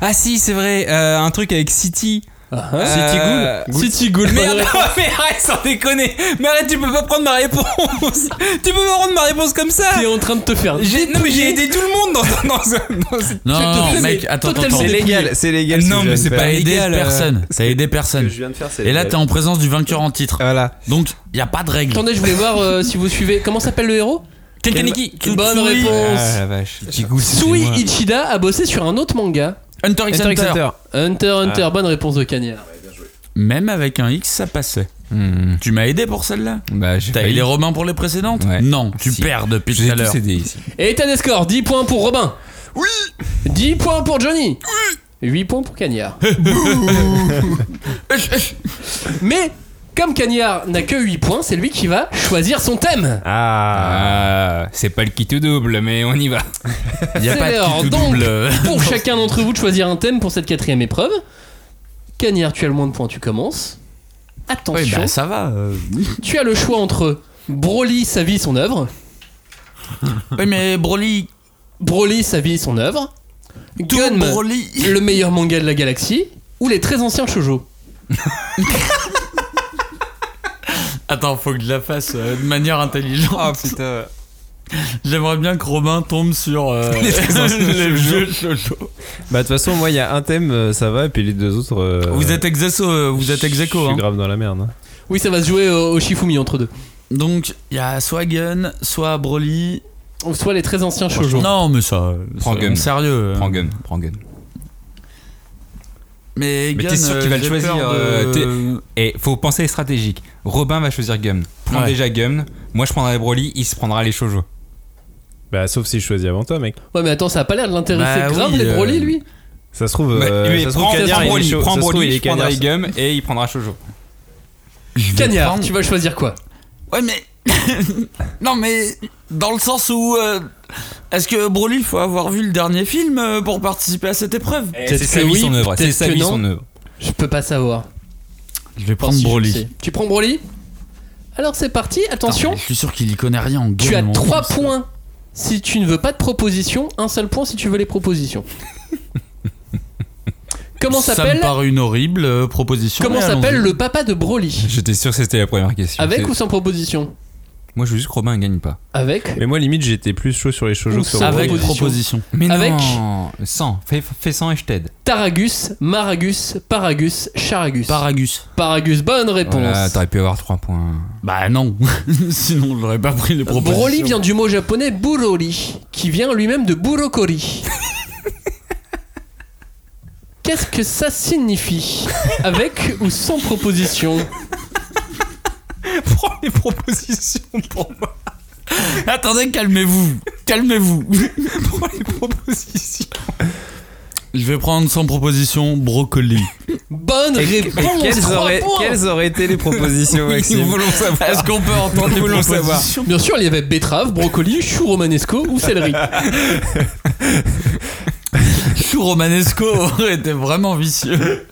Speaker 3: Ah si, c'est vrai, euh, un truc avec City.
Speaker 1: Ah, hein.
Speaker 3: Euh,
Speaker 1: City Ghoul. bonne
Speaker 3: Merde,
Speaker 1: réponse.
Speaker 3: oh, mais arrête, sans déconner Mais arrête, tu peux pas prendre ma réponse Tu peux pas prendre ma réponse comme ça
Speaker 1: T'es en train de te faire.
Speaker 3: J'ai- Non mais j'ai aidé tout le monde dans, dans, dans, dans cette...
Speaker 2: Non,
Speaker 1: Cette
Speaker 2: non,
Speaker 1: femme
Speaker 2: mec,
Speaker 1: est
Speaker 2: attends,
Speaker 1: totalement
Speaker 2: attends.
Speaker 4: C'est
Speaker 1: dé-
Speaker 2: attends.
Speaker 4: légal, c'est légal.
Speaker 3: Non, mais c'est
Speaker 2: T'as
Speaker 3: pas
Speaker 2: aidé
Speaker 3: légal, euh,
Speaker 2: personne. T'as aidé personne.
Speaker 4: viens de faire.
Speaker 2: Et là, t'es en présence du vainqueur en titre.
Speaker 4: Voilà.
Speaker 2: Donc, y a pas de règle.
Speaker 1: Attendez, je voulais voir euh, si vous suivez. Comment s'appelle le héros
Speaker 2: Ken
Speaker 1: Kaneki.
Speaker 2: Kaneki.
Speaker 1: Bonne
Speaker 2: Tsui.
Speaker 1: réponse.
Speaker 3: Ah la vache, petit goût, c'est
Speaker 1: Sui
Speaker 3: moi.
Speaker 1: Ichida a bossé sur un autre manga.
Speaker 2: Hunter x
Speaker 4: Hunter x
Speaker 2: Hunter.
Speaker 4: Hunter.
Speaker 1: Hunter Hunter, bonne réponse de Cagnard.
Speaker 2: Même avec un X, ça passait.
Speaker 3: Hmm,
Speaker 2: Tu m'as aidé pour celle-là
Speaker 3: Bah j'ai
Speaker 2: T'as
Speaker 3: failli-
Speaker 2: aidé Romain pour les précédentes
Speaker 3: Ouais.
Speaker 2: Non, tu
Speaker 3: Si.
Speaker 2: perds depuis
Speaker 3: J'ai
Speaker 2: tout à
Speaker 3: tout
Speaker 2: l'heure.
Speaker 3: cédé ici.
Speaker 1: Et t'as des scores 10 points pour Robin. Oui 10 points pour Johnny. Oui 8 points pour Cagnard. Mais comme Cagnard n'a que 8 points, c'est lui qui va choisir son thème.
Speaker 4: Ah.
Speaker 3: Ah, c'est pas le kit double, mais on y va.
Speaker 2: Y a
Speaker 1: C'est
Speaker 2: pas de
Speaker 1: l'heure,
Speaker 2: qui tout
Speaker 1: donc.
Speaker 2: double.
Speaker 1: Pour chacun d'entre vous de choisir un thème pour cette quatrième épreuve. Cagnard, tu as le moins de points, tu commences.
Speaker 2: Oui,
Speaker 1: Attention,
Speaker 2: bah ça va. euh.
Speaker 1: tu as le choix entre Broly, sa vie, son œuvre.
Speaker 2: Oui, mais Broly.
Speaker 1: Broly, sa vie, son œuvre.
Speaker 2: Tout
Speaker 1: Gunm,
Speaker 2: Broly.
Speaker 1: le meilleur manga de la galaxie. Ou les très anciens shoujo.
Speaker 2: Attends, faut que je la fasse euh, de manière intelligente.
Speaker 3: putain.
Speaker 2: J'aimerais bien que Romain tombe sur euh,
Speaker 3: Les très anciens
Speaker 2: les
Speaker 3: shoujo.
Speaker 2: vieux shoujo.
Speaker 4: Bah de toute façon, moi il y a un thème, euh, ça va, et puis les deux autres. euh,
Speaker 2: Vous êtes execo, vous êtes
Speaker 4: Je
Speaker 2: execo.
Speaker 4: suis
Speaker 2: Hein.
Speaker 4: grave dans la merde. hein.
Speaker 1: Oui, ça va se jouer au, au euh, Shifumi entre deux.
Speaker 2: Donc, il y a soit Gun, soit Broly.
Speaker 1: Ou soit les très anciens shoujo.
Speaker 2: Non, mais ça.
Speaker 3: Prends
Speaker 2: c'est-
Speaker 3: Gun.
Speaker 2: Sérieux. euh.
Speaker 3: Prends gun, prends gun.
Speaker 2: Mais,
Speaker 3: Mais
Speaker 2: Gun,
Speaker 3: t'es sûr qu'il va le
Speaker 2: j'ai
Speaker 3: choisir,
Speaker 2: peur
Speaker 3: euh,
Speaker 2: de-
Speaker 3: Et faut penser stratégique. Robin va choisir Gum. Prends
Speaker 2: Ouais.
Speaker 3: déjà Gum. Moi je prendrai Broly, il se prendra les shoujo.
Speaker 4: Bah, sauf si je choisis avant toi, mec.
Speaker 1: Ouais, mais attends, ça a pas l'air de l'intéresser
Speaker 2: Bah
Speaker 1: grave
Speaker 2: oui,
Speaker 1: les
Speaker 2: euh,
Speaker 1: Broly, lui.
Speaker 4: Ça se trouve, euh,
Speaker 3: Mais
Speaker 4: ça se trouve
Speaker 3: prends,
Speaker 4: Cagnard, il est
Speaker 3: Broly,
Speaker 4: chaud.
Speaker 3: prends
Speaker 4: Ça se trouve,
Speaker 3: Broly,
Speaker 4: il est
Speaker 3: je prendrai
Speaker 4: Cagnard.
Speaker 3: Gum et il prendra shoujo.
Speaker 2: Je vais
Speaker 1: Cagnard,
Speaker 2: prendre-
Speaker 1: tu vas choisir quoi
Speaker 2: Ouais, mais. non, mais. Dans le sens où. euh, Est-ce que Broly, il faut avoir vu le dernier film euh, pour participer à cette épreuve
Speaker 3: C'est sa vie, son œuvre. C'est
Speaker 1: peut-être
Speaker 3: sa
Speaker 1: que
Speaker 3: vie,
Speaker 1: non.
Speaker 3: son œuvre.
Speaker 1: Je peux pas savoir.
Speaker 2: Je vais
Speaker 1: Enfin, si, je sais. Tu prends Broly Alors c'est parti, attention.
Speaker 2: je suis sûr qu'il y connaît rien en
Speaker 1: Tu
Speaker 2: gun,
Speaker 1: as
Speaker 2: mon
Speaker 1: 3
Speaker 2: fils.
Speaker 1: points si tu ne veux pas de proposition, un seul point si tu veux les propositions. Comment
Speaker 2: Ça me
Speaker 1: s'appelle
Speaker 2: paraît une horrible euh, proposition.
Speaker 1: Comment
Speaker 2: mais
Speaker 1: s'appelle
Speaker 2: allons-y.
Speaker 1: le papa de Broly
Speaker 3: J'étais sûr que c'était la première question.
Speaker 1: Avec
Speaker 3: C'est-
Speaker 1: ou sans proposition
Speaker 3: Moi je veux juste que Robin ne gagne pas.
Speaker 1: Avec
Speaker 4: Mais moi, limite, j'étais plus chaud sur les shoujo
Speaker 1: Ou
Speaker 4: que sur
Speaker 1: sans
Speaker 2: Avec
Speaker 4: Broly.
Speaker 1: proposition.
Speaker 2: proposition.
Speaker 3: Mais
Speaker 1: Avec-
Speaker 3: non 100. Fais, fais 100 et je t'aide.
Speaker 1: Taragus, Maragus, Paragus, Charagus.
Speaker 2: Paragus.
Speaker 1: Paragus, bonne réponse.
Speaker 3: Voilà, t'aurais pu avoir 3 points.
Speaker 2: Bah non. Sinon, j'aurais pas pris les propositions.
Speaker 1: Broly vient du mot japonais burori, qui vient lui-même de burokori. Qu'est-ce que ça signifie Avec ou sans proposition
Speaker 3: Prends les propositions pour moi.
Speaker 2: Attendez, calmez-vous. Calmez-vous.
Speaker 3: Prends les propositions.
Speaker 2: Je vais prendre sans proposition brocoli.
Speaker 1: Bonne réponse
Speaker 4: Quelles
Speaker 1: trois
Speaker 4: auraient,
Speaker 1: points.
Speaker 4: quelles auraient été les propositions,
Speaker 3: Nous
Speaker 4: Maxime
Speaker 3: voulons savoir.
Speaker 2: Est-ce qu'on peut entendre les
Speaker 3: Nous voulons savoir.
Speaker 2: propositions
Speaker 1: Bien sûr, il y avait betterave, brocoli, chou romanesco ou céleri.
Speaker 2: Chou Romanesco aurait été vraiment vicieux.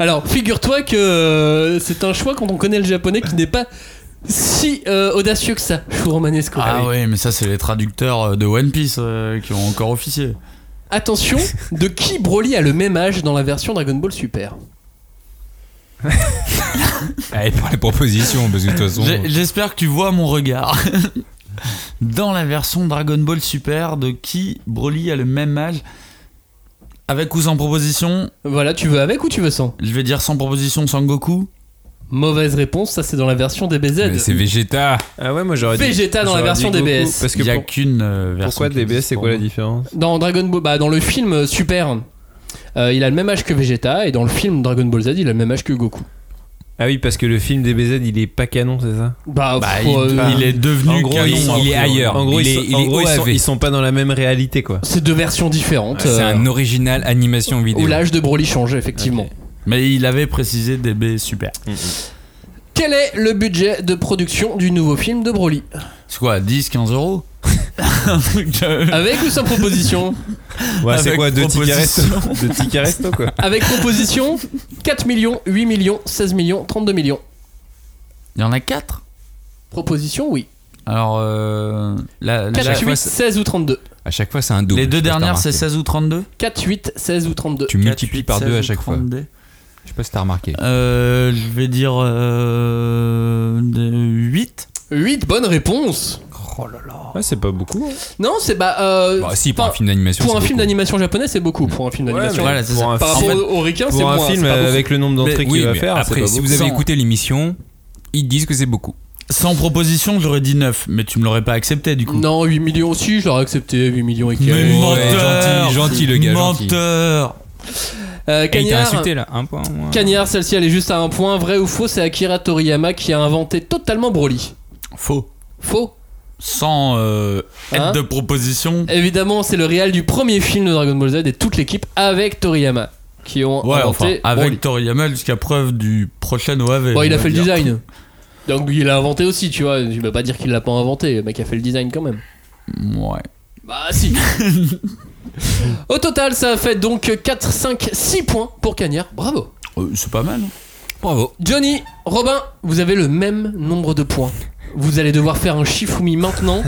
Speaker 1: Alors, figure-toi que euh, c'est un choix quand on connaît le japonais qui n'est pas si euh, audacieux que ça, chou romanesco.
Speaker 2: Ah ouais, mais ça, c'est les traducteurs de One Piece euh, qui ont encore officié.
Speaker 1: Attention, de qui Broly a le même âge dans la version Dragon Ball Super
Speaker 3: Allez, prends les propositions parce que de toute façon.
Speaker 2: J'ai- J'espère que tu vois mon regard. Dans la version Dragon Ball Super, de qui Broly a le même âge Avec ou sans proposition
Speaker 1: Voilà, tu veux avec ou tu veux sans
Speaker 2: Je vais dire sans proposition sans Goku.
Speaker 1: Mauvaise réponse, ça c'est dans la version
Speaker 3: Mais
Speaker 1: DBZ.
Speaker 3: c'est Vegeta.
Speaker 4: Ah ouais, moi j'aurais dit.
Speaker 1: Vegeta dans la
Speaker 4: j'aurais
Speaker 1: version
Speaker 4: dit Goku,
Speaker 1: DBS.
Speaker 4: Parce
Speaker 2: Il
Speaker 4: que
Speaker 2: n'y a
Speaker 4: pour-
Speaker 2: qu'une euh, version.
Speaker 4: pourquoi
Speaker 2: qui
Speaker 4: DBS,
Speaker 2: existe
Speaker 4: c'est
Speaker 2: pour
Speaker 4: quoi la
Speaker 2: moi.
Speaker 4: différence
Speaker 1: Dans Dragon Ball, bah, dans le film euh, Super, euh, il a le même âge que Vegeta et dans le film Dragon Ball Z, il a le même âge que Goku.
Speaker 4: Ah oui, parce que le film DBZ, il est pas canon, c'est ça
Speaker 1: Bah,
Speaker 2: Bah, il,
Speaker 1: faut, euh,
Speaker 2: il est devenu
Speaker 4: En gros,
Speaker 2: canon,
Speaker 4: il-
Speaker 2: a
Speaker 3: il est
Speaker 2: priori.
Speaker 3: ailleurs.
Speaker 4: En gros,
Speaker 3: Il
Speaker 4: ils
Speaker 3: est-
Speaker 4: sont-
Speaker 3: il
Speaker 4: en
Speaker 3: est
Speaker 4: gros, ils sont-
Speaker 3: OAV.
Speaker 4: ils sont pas dans la même réalité, quoi.
Speaker 1: c'est deux versions différentes.
Speaker 3: Ah, C'est
Speaker 1: euh, oh
Speaker 3: un original animation
Speaker 1: où
Speaker 3: vidéo.
Speaker 1: l'âge de Broly change effectivement.
Speaker 2: Mais il avait précisé DB Super.
Speaker 1: Quel est le budget de production du nouveau film de Broly
Speaker 2: C'est quoi 10, 15 euros Un truc de-
Speaker 1: Avec ou sans proposition
Speaker 4: Ouais, c'est
Speaker 2: Avec
Speaker 4: quoi, deux tickets resto
Speaker 2: proposition.
Speaker 4: Deux tickets resto, quoi.
Speaker 1: Avec proposition 4 millions, 8 millions, 16 millions, 32 millions.
Speaker 2: Il y en a 4
Speaker 1: Proposition, oui.
Speaker 2: Alors, euh, la- la-
Speaker 1: 4,
Speaker 3: fois,
Speaker 1: 8,
Speaker 3: c'est-
Speaker 1: 16 ou 32.
Speaker 3: À chaque fois, c'est un double.
Speaker 2: les deux
Speaker 3: Je sais pas si t'as
Speaker 2: dernières, c'est
Speaker 3: remarqué.
Speaker 2: 16 ou 32
Speaker 1: 4, 8, 16 ou 32.
Speaker 3: Tu multiplies par deux
Speaker 2: deux
Speaker 3: à chaque fois. Je sais pas si t'as remarqué.
Speaker 2: Euh, je vais dire euh, 8.
Speaker 1: 8, bonne réponse
Speaker 4: Ouais, c'est pas beaucoup.
Speaker 1: Non, c'est bah. euh,
Speaker 3: Bah, si, pour un
Speaker 1: enfin,
Speaker 3: film d'animation.
Speaker 1: pour un
Speaker 3: c'est
Speaker 1: film
Speaker 3: beaucoup.
Speaker 1: d'animation japonais, c'est beaucoup. Pour un film d'animation.
Speaker 2: mais- Voilà, c'est ça.
Speaker 4: pour un
Speaker 1: Par
Speaker 4: film,
Speaker 1: rapport au requin, c'est
Speaker 4: pour un
Speaker 1: moins.
Speaker 4: film
Speaker 1: c'est pas
Speaker 4: avec le nombre
Speaker 2: Mais
Speaker 4: d'entrées
Speaker 3: Oui,
Speaker 4: qu'il va
Speaker 3: mais
Speaker 4: faire, c'est
Speaker 3: après,
Speaker 4: pas
Speaker 3: si
Speaker 4: beaucoup.
Speaker 3: vous avez
Speaker 2: Sans-
Speaker 3: écouté l'émission, ils disent que c'est beaucoup.
Speaker 2: Sans proposition, j'aurais dit 9, mais tu me l'aurais pas accepté du
Speaker 3: euh,
Speaker 1: beaucoup.
Speaker 2: coup.
Speaker 1: Non, 8 millions aussi, j'aurais accepté 8 millions et quelques.
Speaker 2: Mais
Speaker 3: Ouais,
Speaker 2: menteur
Speaker 3: gentil, gentil, le gars, gentil.
Speaker 2: Menteur
Speaker 1: Euh,
Speaker 3: Et il t'a
Speaker 1: Cagnard,
Speaker 3: insulté là, un point. moi.
Speaker 1: Cagnard, celle-ci elle est juste à un point. Vrai ou faux, c'est Akira Toriyama qui a inventé totalement Broly.
Speaker 2: Faux.
Speaker 1: Faux
Speaker 2: Sans euh, aide
Speaker 1: Hein
Speaker 2: de proposition.
Speaker 1: Évidemment, c'est le réal du premier film de Dragon Ball Z et toute l'équipe avec Toriyama qui ont
Speaker 2: Ouais, enfin,
Speaker 1: inventé Broly.
Speaker 2: avec Toriyama jusqu'à preuve du prochain OAV.
Speaker 1: Bon, il
Speaker 2: on
Speaker 1: a
Speaker 2: va
Speaker 1: fait le
Speaker 2: dire.
Speaker 1: design. Donc il a inventé aussi, tu vois. Tu peux pas dire qu'il l'a pas inventé. Le mec a fait le design quand même.
Speaker 2: Ouais.
Speaker 1: Bah si. Au total, ça a fait donc 4, 5, 6 points pour Cagnard. Bravo.
Speaker 2: Euh, c'est pas mal. hein.
Speaker 3: Bravo.
Speaker 1: Johnny, Robin, vous avez le même nombre de points. Vous allez devoir faire un Shifumi maintenant,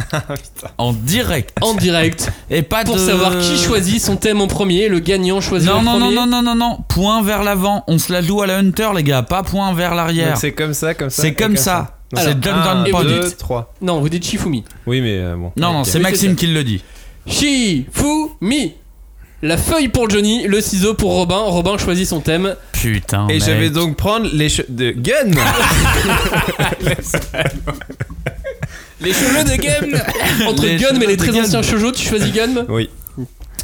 Speaker 2: En direct.
Speaker 1: en direct,
Speaker 2: Et pas
Speaker 1: pour
Speaker 2: de-
Speaker 1: savoir qui choisit son thème en premier. Le gagnant choisit
Speaker 2: Non,
Speaker 1: en
Speaker 2: non,
Speaker 1: premier.
Speaker 2: non, non, non, non, non. Point vers l'avant. On se la joue à la Hunter, les gars. Pas point vers
Speaker 4: Donc
Speaker 2: l'arrière.
Speaker 4: C'est comme ça, comme ça.
Speaker 2: C'est
Speaker 4: et
Speaker 2: comme ça.
Speaker 4: Donc
Speaker 2: C'est
Speaker 4: c'est
Speaker 2: John
Speaker 4: un,
Speaker 2: John Pandit.
Speaker 4: deux, trois.
Speaker 1: Non, vous dites Shifumi.
Speaker 4: Oui, mais euh, bon.
Speaker 2: Non, non, c'est
Speaker 1: Oui, c'est
Speaker 2: Maxime qui le dit.
Speaker 1: Shifumi. la feuille pour Johnny, le ciseau pour Robin. Robin choisit son thème.
Speaker 2: Putain.
Speaker 4: Et
Speaker 2: mec.
Speaker 4: je vais donc prendre les cheveux de Gun
Speaker 1: Les cheveux de Gum Entre
Speaker 2: Les
Speaker 1: Gun
Speaker 2: cheveux
Speaker 1: mais les
Speaker 2: de
Speaker 1: très
Speaker 2: Gun.
Speaker 1: anciens cheveux, tu choisis Gun
Speaker 4: Oui.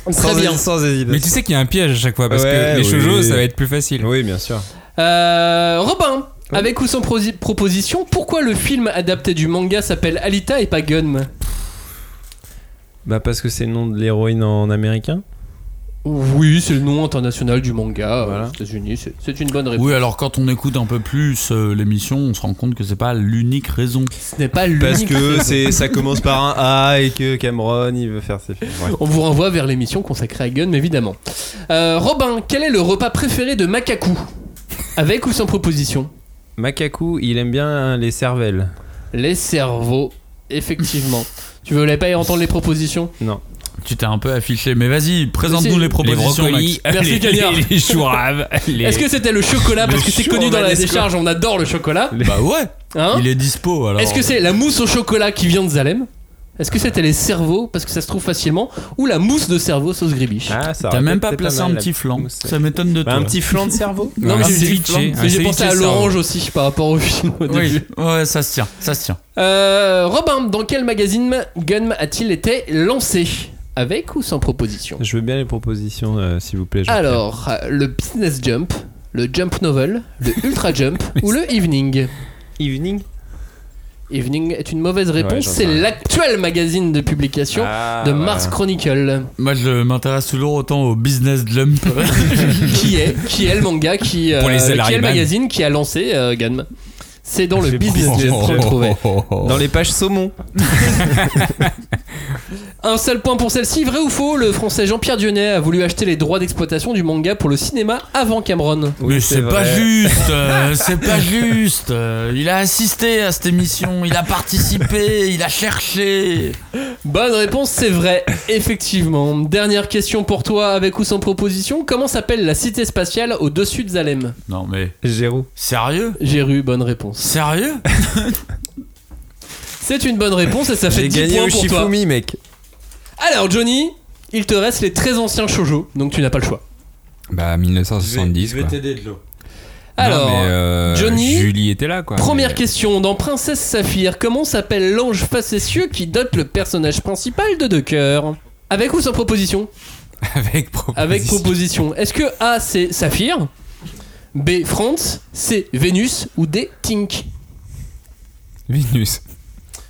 Speaker 1: Très
Speaker 4: sans,
Speaker 1: bien.
Speaker 4: sans
Speaker 3: Mais
Speaker 4: hésitation.
Speaker 3: tu sais qu'il y a un piège à chaque fois parce
Speaker 4: Ouais,
Speaker 3: que les
Speaker 4: oui.
Speaker 3: shoujo ça va être plus facile.
Speaker 4: Oui, bien sûr.
Speaker 1: Euh, Robin, avec ou sans prosi- proposition, pourquoi le film adapté du manga s'appelle Alita et pas Gun
Speaker 4: Bah parce que c'est le nom de l'héroïne en américain.
Speaker 1: Oui, c'est le nom international du manga euh,
Speaker 4: Voilà.
Speaker 1: aux États-Unis. C'est- C'est une bonne réponse.
Speaker 2: Oui, alors quand on écoute un peu plus euh, l'émission, on se rend compte que c'est pas l'unique raison.
Speaker 1: Ce n'est pas l'unique
Speaker 4: Parce que
Speaker 1: raison.
Speaker 4: c'est ça commence par un A et que Cameron il veut faire ses films. Ouais.
Speaker 1: On vous renvoie vers l'émission consacrée à Gun, évidemment. Euh, Robin, quel est le repas préféré de Makaku Avec ou sans proposition
Speaker 4: Makaku, il aime bien les cervelles.
Speaker 1: Les cerveaux, effectivement. tu voulais pas y entendre les propositions
Speaker 4: Non.
Speaker 2: Tu t'es un peu affiché, mais vas-y, présente-nous
Speaker 1: C'est-
Speaker 2: les propositions. Max.
Speaker 1: Merci,
Speaker 3: les,
Speaker 1: Cagnard.
Speaker 3: les, les chouraves, les-
Speaker 1: Est-ce que c'était le chocolat Parce
Speaker 3: Le
Speaker 1: que c'est
Speaker 3: chou
Speaker 1: connu
Speaker 3: en
Speaker 1: dans la
Speaker 3: Alaska.
Speaker 1: décharge, on adore le chocolat.
Speaker 2: Bah ouais,
Speaker 1: Hein
Speaker 2: il est dispo alors.
Speaker 1: Est-ce que c'est la mousse au chocolat qui vient de Zalem Est-ce que c'était les cerveaux parce que ça se trouve facilement ou la mousse de cerveau sauce gribiche
Speaker 4: Ah, ça
Speaker 2: T'as
Speaker 4: aurait
Speaker 2: même
Speaker 4: peut-être
Speaker 2: pas placé
Speaker 4: mal,
Speaker 2: un
Speaker 4: la
Speaker 2: petit flanc.
Speaker 4: mousse.
Speaker 2: Ça m'étonne de
Speaker 4: Bah,
Speaker 2: toi.
Speaker 4: un petit flan de cerveau
Speaker 1: Non,
Speaker 3: un
Speaker 1: mais j'ai-
Speaker 3: ceviche,
Speaker 2: ah,
Speaker 1: mais
Speaker 3: un
Speaker 1: j'ai
Speaker 3: ceviche
Speaker 1: pensé à
Speaker 3: cerveau.
Speaker 1: l'orange aussi par rapport au film au début.
Speaker 2: hein. Oui, ouais, ça se tient, ça se tient.
Speaker 1: Euh, Robin, dans quel magazine Gunm a-t-il été lancé Avec ou sans proposition
Speaker 4: Je veux bien les propositions, euh, s'il vous plaît. Jean-Pierre.
Speaker 1: Alors, euh, le business jump, le jump novel, le ultra jump ou le evening
Speaker 4: Evening
Speaker 1: Evening est une mauvaise
Speaker 4: Ouais,
Speaker 1: réponse,
Speaker 4: j'en sais
Speaker 1: c'est
Speaker 4: rien.
Speaker 1: l'actuel magazine de publication
Speaker 4: Ah,
Speaker 1: de
Speaker 4: voilà.
Speaker 1: Mars Chronicle.
Speaker 2: Moi, je m'intéresse toujours autant au business jump.
Speaker 1: qui est qui est le manga qui euh,
Speaker 3: Pour les
Speaker 1: qui est
Speaker 3: salariés
Speaker 1: le
Speaker 3: man.
Speaker 1: magazine qui a lancé euh, Ganma. C'est dans le
Speaker 4: J'ai
Speaker 1: business
Speaker 4: pensé,
Speaker 1: Jazz
Speaker 4: j'ai
Speaker 1: qu'on le trouvait.
Speaker 4: Dans les pages saumon.
Speaker 1: Un seul point pour celle-ci, vrai ou faux, le français Jean-Pierre Dionnet a voulu acheter les droits d'exploitation du manga pour le cinéma avant Cameron.
Speaker 4: Oui,
Speaker 2: Mais c'est
Speaker 4: c'est
Speaker 2: pas
Speaker 4: vrai.
Speaker 2: juste, euh, c'est pas juste. Euh, il a assisté à cette émission, il a participé, il a cherché.
Speaker 1: Bonne réponse, c'est vrai, effectivement. Dernière question pour toi, avec ou sans proposition, comment s'appelle la cité spatiale au-dessus de Zalem
Speaker 2: Non mais
Speaker 4: Géroux.
Speaker 2: sérieux,
Speaker 1: J'ai eu bonne réponse.
Speaker 2: sérieux.
Speaker 1: C'est une bonne réponse et ça fait
Speaker 4: J'ai
Speaker 1: 10
Speaker 4: gagné
Speaker 1: points
Speaker 4: au
Speaker 1: pour toi.
Speaker 4: Shifumi, mec.
Speaker 1: Alors Johnny, il te reste les très anciens shoujo, donc tu n'as pas le choix.
Speaker 3: Bah 1970 quoi.
Speaker 4: t'aider de l'eau.
Speaker 1: Alors,
Speaker 3: Non, mais, euh,
Speaker 1: Johnny,
Speaker 3: Julie était là
Speaker 4: Ah,
Speaker 3: quoi.
Speaker 1: Première
Speaker 3: Mais-
Speaker 1: question, dans Princesse Saphir, comment s'appelle l'ange facétieux qui dote le personnage principal de deux cœurs Avec ou sans proposition
Speaker 3: Avec proposition.
Speaker 1: Avec proposition. Est-ce que A c'est Saphir B France C Vénus ou D Tink
Speaker 3: Vénus.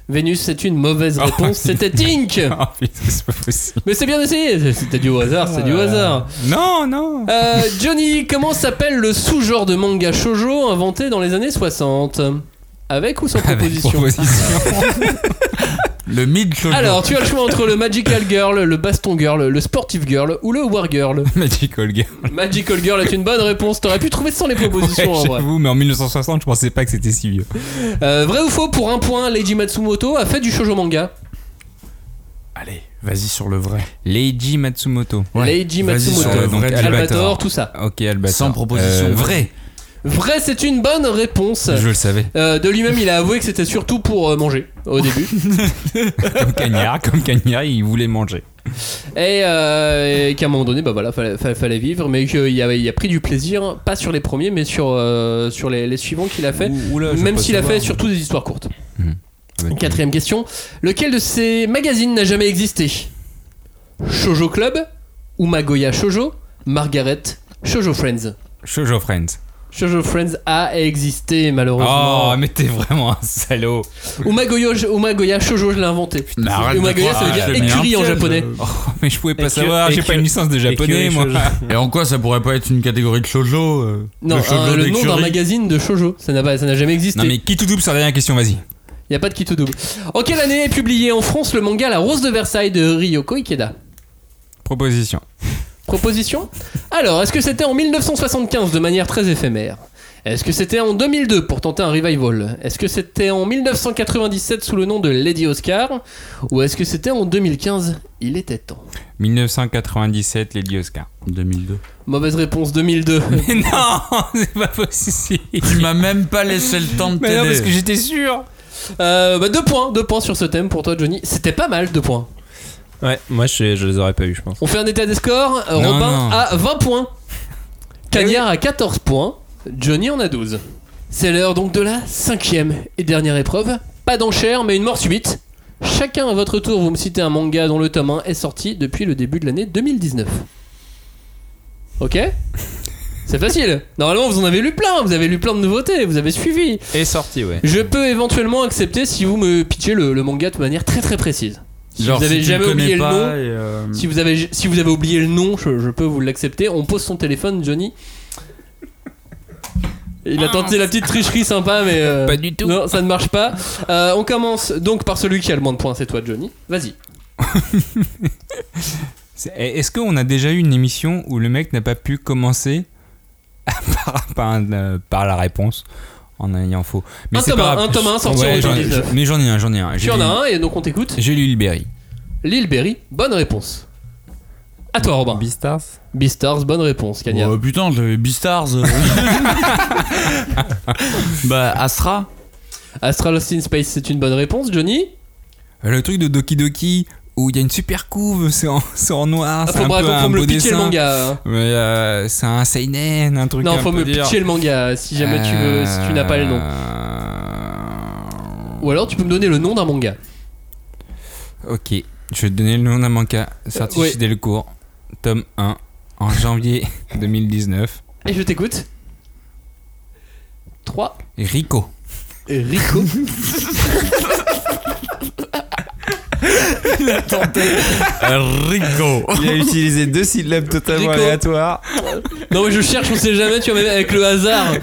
Speaker 1: Vénus c'est une mauvaise
Speaker 3: Oh,
Speaker 1: réponse, c'était Tink
Speaker 3: Oh putain, c'est pas possible.
Speaker 1: Mais c'est bien essayé, c'était du hasard, c'est du hasard.
Speaker 3: Non, non.
Speaker 1: Euh, Johnny, comment s'appelle le sous-genre de manga shoujo inventé dans les années 60 Avec ou sans
Speaker 3: Avec
Speaker 1: proposition
Speaker 2: Le mid shoujo.
Speaker 1: Alors, tu as le choix entre le Magical Girl, le Baston Girl, le Sportive Girl ou le War Girl.
Speaker 3: Magical Girl.
Speaker 1: Magical Girl est une bonne réponse. T'aurais pu trouver sans les propositions en
Speaker 3: Ouais,
Speaker 1: vrai.
Speaker 3: J'avoue, mais en 1960, je pensais pas que c'était si vieux.
Speaker 1: Euh, vrai ou faux Pour un point, Lady Matsumoto a fait du shoujo manga.
Speaker 2: allez, vas-y sur le vrai.
Speaker 3: Leiji Matsumoto.
Speaker 2: Ouais,
Speaker 1: Lady
Speaker 2: vas-y
Speaker 1: Matsumoto.
Speaker 2: sur le
Speaker 3: Donc,
Speaker 2: vrai.
Speaker 3: Albator.
Speaker 1: Albator, tout ça.
Speaker 3: Ok, Albator.
Speaker 2: Bah, Sans proposition.
Speaker 3: Euh, vrai.
Speaker 1: Vrai, c'est une bonne réponse.
Speaker 3: Je le savais.
Speaker 1: Euh, de lui-même, il a avoué que c'était surtout pour euh, manger au début.
Speaker 3: Comme Cagnard, comme Cagnard, il voulait manger.
Speaker 1: Et, euh, et qu'à un moment donné, bah voilà, fallait, fallait- fallait vivre, mais qu'il y avait- il a pris du plaisir, pas sur les premiers, mais sur, euh, sur les, les suivants qu'il a fait, même s'il a fait surtout des histoires courtes.
Speaker 3: Avec-
Speaker 1: Quatrième question. Lequel de ces magazines n'a jamais existé Shoujo Club Umagoya Shoujo Margaret Shoujo Friends
Speaker 3: Shoujo Friends.
Speaker 1: Shoujo Friends a existé
Speaker 3: Oh,
Speaker 2: Ah,
Speaker 1: malheureusement.
Speaker 3: mais t'es vraiment un salaud.
Speaker 1: Umagoya, Umagoya Shoujo, je l'ai inventé.
Speaker 2: Mais arrête de
Speaker 1: Umagoya,
Speaker 2: croire,
Speaker 1: ça veut dire
Speaker 2: je mets un
Speaker 1: écurie en
Speaker 2: piège.
Speaker 1: japonais.
Speaker 3: Oh, mais je pouvais pas
Speaker 4: Et que-
Speaker 3: savoir,
Speaker 4: et
Speaker 3: j'ai
Speaker 4: que-
Speaker 3: pas une licence de japonais, moi.
Speaker 2: Et en quoi ça pourrait pas être une catégorie de shoujo euh,
Speaker 1: Non,
Speaker 2: de
Speaker 1: un- le
Speaker 2: shoujo
Speaker 1: nom
Speaker 2: d'écurie
Speaker 1: d'un magazine de Shoujo. Ça n'a pas- ça n'a jamais existé.
Speaker 3: Non, mais qui tout double sur la dernière question, vas-y.
Speaker 1: Il n'y a pas de qui tout double. En quelle année est publié en France le manga La Rose de Versailles de Ryoko Ikeda
Speaker 3: Proposition.
Speaker 1: Proposition Alors, est-ce que c'était en 1975 de manière très éphémère Est-ce que c'était en 2002 pour tenter un revival Est-ce que c'était en 1997 sous le nom de Lady Oscar Ou est-ce que c'était en 2015 Il était temps.
Speaker 3: 1997, les Oscar.
Speaker 2: 2002.
Speaker 1: Mauvaise réponse 2002.
Speaker 3: Mais non, c'est pas possible.
Speaker 2: Tu m'as même pas laissé le temps de
Speaker 3: Mais non, parce que
Speaker 2: t'aider.
Speaker 3: j'étais sûr.
Speaker 1: Euh, bah, deux points, deux points sur ce thème pour toi Johnny. C'était pas mal, deux points.
Speaker 4: Ouais, moi je, je les aurais pas eu, je pense.
Speaker 1: On fait un état des scores. Euh,
Speaker 3: Non,
Speaker 1: Robin
Speaker 3: non.
Speaker 1: a 20 points. Cagnard a 14 points. Johnny en a 12. C'est l'heure donc de la cinquième et dernière épreuve. Pas d'enchère, mais une mort subite. Chacun à votre tour, vous me citez un manga dont le tome 1 est sorti depuis le début de l'année 2019. Ok C'est facile. Normalement, vous en avez lu plein. Vous avez lu plein de nouveautés. Vous avez suivi.
Speaker 4: Et sorti, ouais.
Speaker 1: Je peux éventuellement accepter si vous me pitchez le, le manga de manière très très précise. Si vous avez
Speaker 2: si tu
Speaker 1: jamais
Speaker 2: le connais
Speaker 1: oublié le
Speaker 2: pas,
Speaker 1: nom,
Speaker 2: et, euh,
Speaker 3: Mm.
Speaker 1: si vous avez, si vous avez oublié le nom, je, je peux vous l'accepter. On pose son téléphone, Johnny. Il a tenté la petite tricherie sympa, mais. euh,
Speaker 3: Pas du tout.
Speaker 1: Non, ça ne marche pas. Euh, on commence donc par celui qui a le moins de points, c'est toi, Johnny. Vas-y.
Speaker 3: C'est- eh, Est-ce qu'on a déjà eu une émission où le mec n'a pas pu commencer par, par un, euh, par la réponse en ayant faux
Speaker 1: Un
Speaker 3: c'est
Speaker 1: tome
Speaker 3: pas
Speaker 1: un,
Speaker 3: grave.
Speaker 1: un tome un sorti en
Speaker 3: j'en ai-
Speaker 1: 2019.
Speaker 3: Mais j'en ai un, j'en ai un.
Speaker 1: Tu
Speaker 3: J'ai
Speaker 1: en
Speaker 3: lu-
Speaker 1: as un et donc on t'écoute.
Speaker 3: J'ai lu le Berry.
Speaker 1: Lil Berry, bonne réponse. À toi, Robin.
Speaker 4: Beastars
Speaker 1: Beastars, bonne réponse, Kanya.
Speaker 2: oh, putain, j'avais Beastars. euh. bah, Astra.
Speaker 1: Astral Lost in Space, c'est une bonne réponse, Johnny.
Speaker 3: Ah, Le truc de Doki Doki où il y a une super couve, c'est en, c'est en noir.
Speaker 1: Ah,
Speaker 3: c'est
Speaker 1: faut
Speaker 3: un
Speaker 1: bra-
Speaker 3: peu
Speaker 1: faut
Speaker 3: un
Speaker 1: me
Speaker 3: beau
Speaker 1: le pitcher le
Speaker 3: dessin.
Speaker 1: manga. hein.
Speaker 3: Mais, euh, c'est un seinen, un truc
Speaker 1: Non,
Speaker 3: un
Speaker 1: faut
Speaker 3: peu
Speaker 1: me
Speaker 3: dur.
Speaker 1: pitcher le manga si jamais tu veux, si tu n'as pas le nom.
Speaker 3: Euh,
Speaker 1: Ou alors tu peux me donner le nom d'un manga.
Speaker 3: Ok, je vais te donner le nom d'un manga sorti
Speaker 1: Euh, ouais.
Speaker 3: chez Delcourt, tome 1, en janvier 2019.
Speaker 1: Et je t'écoute. 3.
Speaker 3: Rico.
Speaker 1: Rico.
Speaker 2: Rico.
Speaker 4: Il a utilisé deux syllabes totalement
Speaker 1: Rico.
Speaker 4: aléatoires.
Speaker 1: non mais je cherche, on sait jamais, tu vois, même avec le hasard.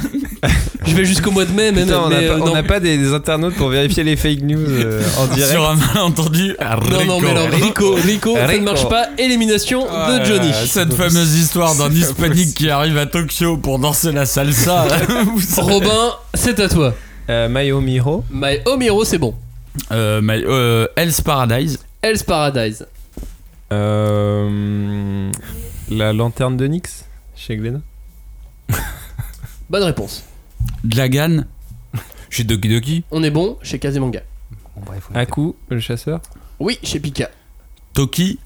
Speaker 1: Je vais jusqu'au mois de mai même.
Speaker 4: Putain, on n'a
Speaker 1: mais,
Speaker 4: pas,
Speaker 1: euh,
Speaker 4: on
Speaker 1: non.
Speaker 4: n'a pas des, des internautes pour vérifier les fake news euh, en direct.
Speaker 2: Sur un malentendu, Rico.
Speaker 1: non, non, mais alors Rico, Rico, ça ne
Speaker 4: Rico.
Speaker 1: marche pas. Élimination de Johnny.
Speaker 2: Euh, Cette fameuse histoire d'un hispanique qui arrive à Tokyo pour danser la salsa. Vous savez.
Speaker 1: Robin, c'est à toi.
Speaker 4: Euh, Mayo Miro.
Speaker 1: My Omiro, c'est bon.
Speaker 2: Euh, my- euh, Hell's Paradise.
Speaker 1: Hell's Paradise.
Speaker 4: Euh, la lanterne de Nyx chez Glénat.
Speaker 1: Bonne réponse.
Speaker 2: Dragan.
Speaker 3: Chez Doki Doki.
Speaker 1: On est bon chez Kazemanga.
Speaker 4: Aku, le chasseur.
Speaker 1: Oui, chez Pika.
Speaker 2: Toki.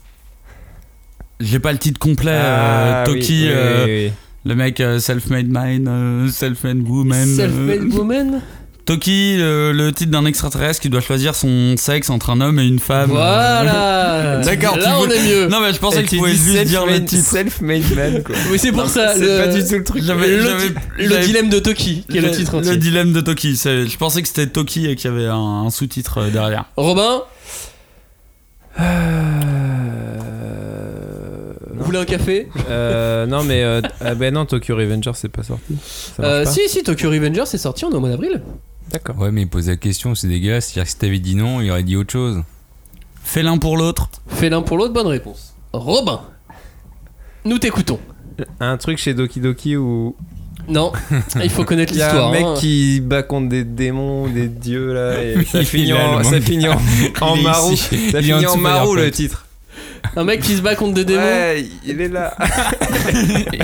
Speaker 2: J'ai pas le titre complet. euh,
Speaker 4: Ah, oui,
Speaker 2: Toki.
Speaker 4: oui,
Speaker 2: euh,
Speaker 4: oui, oui.
Speaker 2: Le mec euh, self-made mine, euh, self-made woman. euh,
Speaker 1: Self-made woman.
Speaker 2: Toki, le, le titre d'un extraterrestre qui doit choisir son sexe entre un homme et une
Speaker 4: Ah,
Speaker 2: femme.
Speaker 1: Voilà.
Speaker 2: D'accord,
Speaker 1: Là,
Speaker 2: tu
Speaker 1: on est mieux.
Speaker 2: Non mais je pensais
Speaker 4: Et
Speaker 2: que
Speaker 4: tu
Speaker 2: tu pouvais
Speaker 4: dis
Speaker 2: juste dire le
Speaker 4: self-made-
Speaker 2: titre.
Speaker 4: Self-made man, quoi.
Speaker 1: Oui, c'est pour ça.
Speaker 4: C'est
Speaker 1: le-
Speaker 4: pas du tout le truc.
Speaker 2: J'avais-
Speaker 1: Le,
Speaker 2: j'avais-
Speaker 1: le
Speaker 2: j'avais-
Speaker 1: dilemme de Toki, qui est le
Speaker 2: j'avais-
Speaker 1: titre
Speaker 2: Le
Speaker 1: entier.
Speaker 2: dilemme de Toki. c'est- Je pensais que c'était Toki et qu'il y avait un, un sous-titre euh, derrière.
Speaker 1: Robin Vous voulez un café
Speaker 4: Euh, non, mais. euh, ah, ben non, Tokyo Revenger, c'est pas sorti. Ça marche
Speaker 1: Euh,
Speaker 4: pas.
Speaker 1: Si, si, Tokyo Revenger, c'est sorti on est au mois d'avril.
Speaker 4: D'accord.
Speaker 3: Ouais, mais il pose la question, c'est dégueulasse. C'est-à-dire que si t'avais dit non, il aurait dit autre chose.
Speaker 2: Fais l'un pour l'autre.
Speaker 1: Fais l'un pour l'autre, bonne réponse. Robin Nous t'écoutons.
Speaker 4: Un truc chez Doki Doki où
Speaker 1: Non, il faut connaître
Speaker 4: il y a
Speaker 1: l'histoire.
Speaker 4: un mec
Speaker 1: hein.
Speaker 4: qui bat contre des démons, des dieux là, et ça
Speaker 3: Il
Speaker 4: finit
Speaker 3: est là,
Speaker 4: en,
Speaker 3: le
Speaker 4: ça
Speaker 3: manga.
Speaker 4: finit en, en
Speaker 3: Il est
Speaker 4: marou.
Speaker 3: ici.
Speaker 4: Ça
Speaker 3: Il est en
Speaker 4: finit en
Speaker 3: dessous de
Speaker 4: marou le
Speaker 3: Firefly.
Speaker 4: titre.
Speaker 1: Un mec qui se bat contre des démons.
Speaker 4: Ouais, il est là.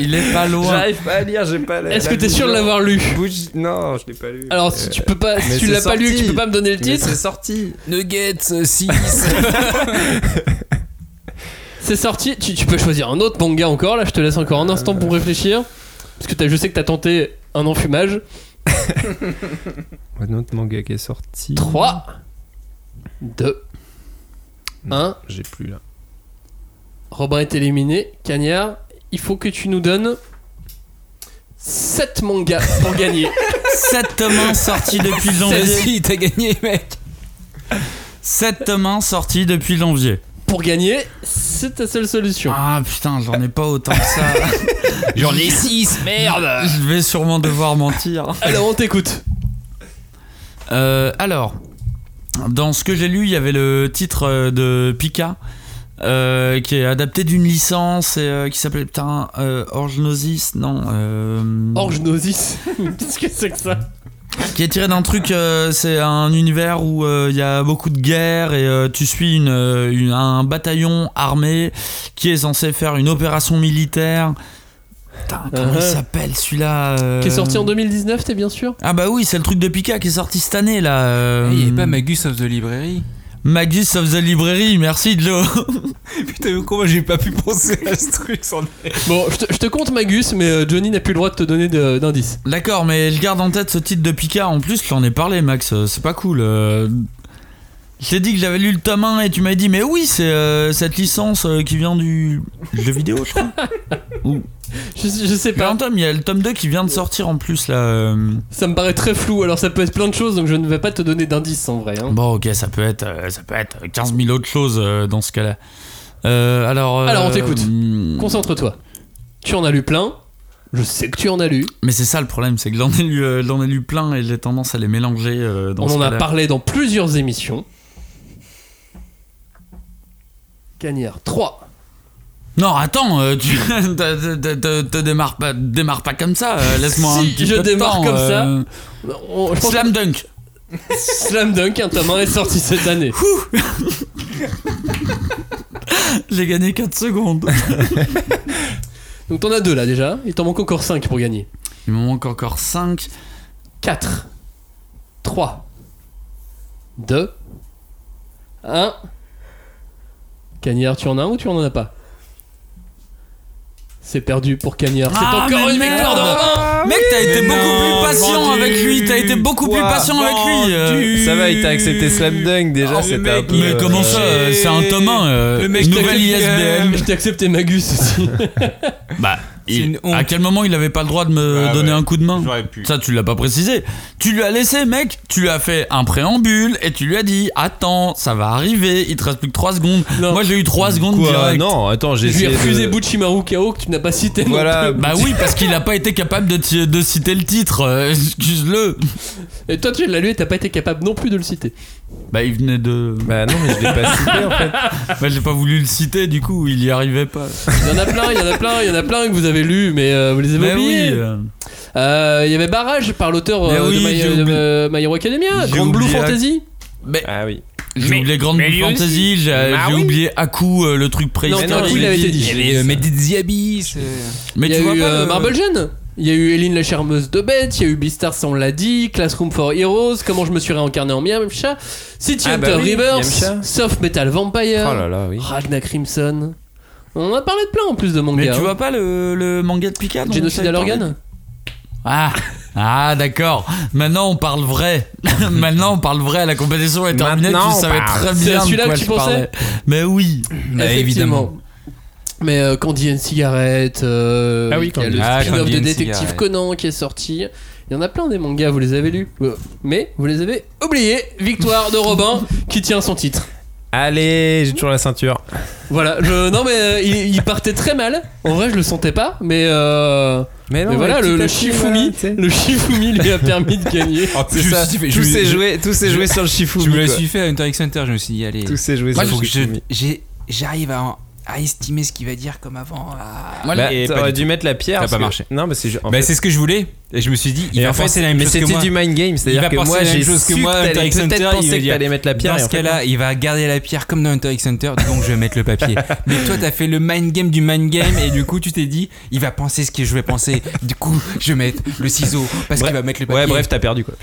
Speaker 2: Il est pas loin.
Speaker 4: J'arrive pas à lire, j'ai pas la.
Speaker 1: Est-ce
Speaker 4: la
Speaker 1: que t'es sûr de
Speaker 4: vision.
Speaker 1: l'avoir lu
Speaker 4: Bouge- Non, je l'ai pas lu.
Speaker 1: Alors, si tu peux pas, si
Speaker 4: mais
Speaker 1: tu
Speaker 4: c'est
Speaker 1: l'as pas lu,
Speaker 4: sorti.
Speaker 1: tu peux pas me donner le
Speaker 4: Mais
Speaker 1: titre.
Speaker 4: c'est sorti.
Speaker 3: Nuggets 6.
Speaker 1: C'est sorti. Tu, tu peux choisir un autre manga encore. Là, je te laisse encore un instant
Speaker 4: Euh.
Speaker 1: pour réfléchir, parce que t'as- je sais que t'as tenté un enfumage.
Speaker 4: Un autre manga qui est sorti.
Speaker 1: 3, 2, 1.
Speaker 4: J'ai plus là.
Speaker 1: Robin est éliminé. Cagnard, il faut que tu nous donnes 7 mangas pour gagner.
Speaker 2: 7 tomes 1 sortis depuis janvier.
Speaker 3: Vas-y, t'as gagné, mec.
Speaker 2: 7 tomes 1 sortis depuis janvier.
Speaker 1: Pour gagner, c'est ta seule solution.
Speaker 2: Ah putain, j'en ai pas autant que ça.
Speaker 3: J'en ai 6, merde.
Speaker 2: Je vais sûrement devoir mentir.
Speaker 1: Alors, on t'écoute.
Speaker 2: Euh, alors, dans ce que j'ai lu, il y avait le titre euh, de Pika. euh, qui est adapté d'une licence et, euh, qui s'appelait putain euh, Orgnosis non euh,
Speaker 1: Orgnosis. Qu'est-ce que c'est que ça
Speaker 2: qui est tiré d'un truc euh, c'est un univers où euh, il y a beaucoup de guerres et euh, tu suis une, euh, une- un bataillon armé qui est censé faire une opération militaire putain comment il
Speaker 1: Uh-huh.
Speaker 2: s'appelle celui-là euh,
Speaker 1: Qui est sorti en 2019, t'es bien sûr Eh,
Speaker 2: ah bah oui c'est le truc de Pika qui est sorti cette année là euh,
Speaker 3: Il n'y avait pas Magus of the Library.
Speaker 2: Magus of the Library, merci Joe.
Speaker 3: Putain, comment j'ai pas pu penser à ce truc sans...
Speaker 1: Bon, je te, je te compte Magus, mais euh, Johnny n'a plus le droit de te donner de- d'indices.
Speaker 2: D'accord, mais je garde en tête ce titre de Picard. En plus, j'en ai parlé, Max. euh, C'est pas cool. euh. Je t'ai dit que j'avais lu le tome 1 et tu m'as dit, mais oui, c'est euh, cette licence euh, qui vient du jeu vidéo, je crois.
Speaker 1: Je, je sais
Speaker 2: Mais
Speaker 1: pas,
Speaker 2: un tome, il y a le tome 2 qui vient de sortir en plus, là. euh.
Speaker 1: ça me paraît très flou, alors ça peut être plein de choses, donc je ne vais pas te donner d'indices en vrai. hein.
Speaker 2: Bon, ok, ça peut être, euh, ça peut être 15 000 autres choses euh, dans ce cas-là. Euh, alors, euh,
Speaker 1: Alors, on t'écoute.
Speaker 2: hmm,
Speaker 1: Concentre-toi. Tu en as lu plein, je sais que tu en as lu,
Speaker 2: Mais c'est ça le problème, c'est que j'en ai, lu, euh, j'en ai lu plein et j'ai tendance à les mélanger euh, dans
Speaker 1: on
Speaker 2: ce
Speaker 1: en a
Speaker 2: cas-là.
Speaker 1: parlé dans plusieurs émissions. Cagnard 3.
Speaker 2: Non, attends, euh, tu te, te- te- te- te démarre pas, démarre pas comme ça. euh, Laisse-moi un
Speaker 1: Si,
Speaker 2: petit
Speaker 1: je
Speaker 2: peu de
Speaker 1: démarre
Speaker 2: temps,
Speaker 1: comme ça.
Speaker 2: euh,
Speaker 1: On- je pense
Speaker 2: Slam Dunk.
Speaker 1: que Slam Dunk, un tome 1 est sorti cette année.
Speaker 2: J'ai gagné 4 secondes.
Speaker 1: Donc t'en as deux là déjà, il t'en manque encore 5 pour gagner.
Speaker 2: Il me manque encore 5.
Speaker 1: 4, 3, 2, 1. Cagnard, tu en as un ou tu en as pas C'est perdu pour Cagnard. C'est
Speaker 2: Ah,
Speaker 1: encore
Speaker 2: mais
Speaker 1: une
Speaker 2: merde.
Speaker 1: victoire de Romain
Speaker 2: Mec, t'as été beaucoup plus patient
Speaker 3: vendu.
Speaker 2: avec lui. T'as été beaucoup plus
Speaker 3: Quoi
Speaker 2: patient avec lui. euh.
Speaker 4: Ça va, il t'a accepté Slam Dunk déjà,
Speaker 3: Oh,
Speaker 4: c'était
Speaker 3: mais
Speaker 4: un
Speaker 3: mec,
Speaker 4: peu.
Speaker 2: Mais
Speaker 4: euh,
Speaker 2: comment ça euh, C'est un tome 1.
Speaker 3: Le mec
Speaker 2: nouvelle
Speaker 3: qui-
Speaker 2: ISBN.
Speaker 1: Je t'ai accepté Magus aussi.
Speaker 2: Bah, il-
Speaker 3: une honte.
Speaker 2: à quel moment il avait pas le droit de me
Speaker 3: Ah
Speaker 2: donner
Speaker 3: ouais,
Speaker 2: un coup de main
Speaker 3: J'aurais pu.
Speaker 2: Ça, tu l'as pas précisé. Tu lui as laissé, mec. Tu lui as fait un préambule et tu lui as dit Attends, ça va arriver. Il te reste plus que 3 secondes.
Speaker 1: Non.
Speaker 2: Moi, j'ai eu 3 secondes
Speaker 4: Quoi
Speaker 2: direct.
Speaker 4: Non, attends, j'ai
Speaker 1: Je lui ai
Speaker 4: essayé.
Speaker 1: refusé
Speaker 4: de-
Speaker 1: Buchimaru Kao que tu n'as pas cité. non
Speaker 4: Voilà,
Speaker 2: Bah oui, parce qu'il a pas été capable de, ti- de citer le titre. euh, Excuse-le.
Speaker 1: plus. Et toi, tu l'as lu et t'as pas été capable non plus de le citer.
Speaker 2: Bah, il venait de.
Speaker 4: Bah non, mais je l'ai pas cité en fait.
Speaker 2: Bah, j'ai pas voulu le citer, du coup, il y arrivait pas.
Speaker 1: Il y en a plein, il y en a plein, il y en a plein que vous avez lu, mais euh, vous les avez
Speaker 2: Mais oui.
Speaker 1: oubliés.
Speaker 2: euh,
Speaker 1: Euh, Il y avait Barrage par l'auteur
Speaker 2: Mais
Speaker 1: euh,
Speaker 2: oui,
Speaker 1: de, My,
Speaker 2: j'ai
Speaker 1: de,
Speaker 2: oublié.
Speaker 1: euh, My Hero Academia,
Speaker 2: J'ai
Speaker 1: Grande Blue
Speaker 2: oublié.
Speaker 1: Fantasy.
Speaker 4: Ah oui.
Speaker 2: J'ai oublié Grande
Speaker 7: mais lui
Speaker 2: Fantasy, j'ai
Speaker 7: Bah
Speaker 2: j'ai
Speaker 7: oui.
Speaker 2: oublié à coup euh, le truc pré.
Speaker 1: Non,
Speaker 4: Mais
Speaker 1: tout à
Speaker 4: non,
Speaker 1: coup, il
Speaker 4: j'ai
Speaker 1: avait été
Speaker 4: dit-
Speaker 1: dit.
Speaker 4: il y avait, euh, Mehdi Diaby, c'est-
Speaker 2: Mais
Speaker 1: il y a
Speaker 2: tu vois
Speaker 1: eu
Speaker 2: pas
Speaker 1: euh,
Speaker 2: le-
Speaker 1: Marble Jeune, il y a eu Eline la charmeuse de bête, il y a eu Beastars, ça, on l'a dit, Classroom for Heroes, Comment je me suis réincarné en Miamcha, City
Speaker 4: Ah bah
Speaker 1: Hunter
Speaker 4: oui,
Speaker 1: Reverse,
Speaker 4: Miamsha.
Speaker 1: Soft Metal
Speaker 4: Oh
Speaker 1: Vampire,
Speaker 4: là là, oui.
Speaker 1: Ragna Crimson. On en a parlé de plein en plus de
Speaker 2: Mais
Speaker 1: mangas.
Speaker 2: tu
Speaker 1: hein.
Speaker 2: vois pas le, le manga de Picard dont
Speaker 1: Génocide
Speaker 2: j'avais
Speaker 1: à
Speaker 2: parlé
Speaker 1: l'organe
Speaker 2: Ah, ah d'accord. Maintenant on parle vrai. Maintenant on parle vrai. La compétition est terminée.
Speaker 4: Maintenant,
Speaker 2: tu
Speaker 4: on
Speaker 2: savais
Speaker 4: parle.
Speaker 2: très
Speaker 1: C'est
Speaker 2: bien.
Speaker 1: à
Speaker 2: de
Speaker 1: celui-là
Speaker 2: quoi
Speaker 1: que tu
Speaker 2: je parlais. Mais oui.
Speaker 3: Bah, évidemment.
Speaker 1: Mais euh, Candy and Cigarette, euh,
Speaker 4: Ah oui,
Speaker 1: il y a
Speaker 4: Candy.
Speaker 1: le
Speaker 3: Ah,
Speaker 1: spin-off
Speaker 3: Candy
Speaker 1: de
Speaker 3: and
Speaker 1: Détective
Speaker 3: Cigarette.
Speaker 1: Conan qui est sorti. Il y en a plein des mangas, vous les avez lus. Euh, Mais vous les avez oubliés. Victoire de Robin qui tient son titre.
Speaker 4: Allez, j'ai toujours la ceinture.
Speaker 1: Voilà, je- non mais euh, il, il partait très mal. En vrai, je le sentais pas, mais, euh, mais voilà, le, le Shifumi, le Shifumi lui a permis de gagner.
Speaker 4: Euh.
Speaker 3: c'est ça.
Speaker 4: Tout s'est joué, tout s'est joué sur le Shifumi.
Speaker 3: Je me la
Speaker 4: quoi.
Speaker 3: suis fait à Hunter x Hunter, je me suis dit, allez.
Speaker 4: Tout s'est joué
Speaker 3: Moi,
Speaker 4: sur
Speaker 3: faut
Speaker 4: le
Speaker 3: que je-
Speaker 4: Shifumi.
Speaker 10: J'ai- J'arrive à, à estimer ce qu'il va dire comme avant. à-
Speaker 2: Moi,
Speaker 4: Bah,
Speaker 2: les-
Speaker 4: T'aurais dû mettre la
Speaker 3: Ça
Speaker 4: pierre.
Speaker 3: a
Speaker 4: parce
Speaker 3: pas
Speaker 4: que-
Speaker 3: marché.
Speaker 4: Non, mais c'est. en
Speaker 3: Bah,
Speaker 4: fait-
Speaker 3: c'est ce que je voulais. Et je me suis dit, il
Speaker 4: Et
Speaker 3: va
Speaker 4: en fait,
Speaker 3: penser la même
Speaker 4: mais
Speaker 3: chose que
Speaker 4: c'était
Speaker 3: moi.
Speaker 4: du mind game,
Speaker 3: Il
Speaker 4: c'est-à-dire
Speaker 3: va
Speaker 4: que
Speaker 3: penser
Speaker 4: moi
Speaker 3: la même
Speaker 4: j'ai
Speaker 3: chose que
Speaker 4: su
Speaker 3: moi,
Speaker 4: t'allais
Speaker 3: Hunter x Hunter,
Speaker 4: peut-être
Speaker 3: il va
Speaker 4: penser que
Speaker 3: dire,
Speaker 4: t'allais mettre la pierre.
Speaker 3: Dans
Speaker 4: et
Speaker 3: ce
Speaker 4: en fait,
Speaker 3: cas-là, il va garder la pierre comme dans Hunter x Hunter, donc je vais mettre le papier. Mais toi, t'as fait le mind game du mind game, et du coup, tu t'es dit, il va penser ce que je vais penser. Du coup, je vais mettre le ciseau, parce qu'il va mettre le
Speaker 4: non.
Speaker 3: papier.
Speaker 4: Ouais, bref, t'as perdu quoi.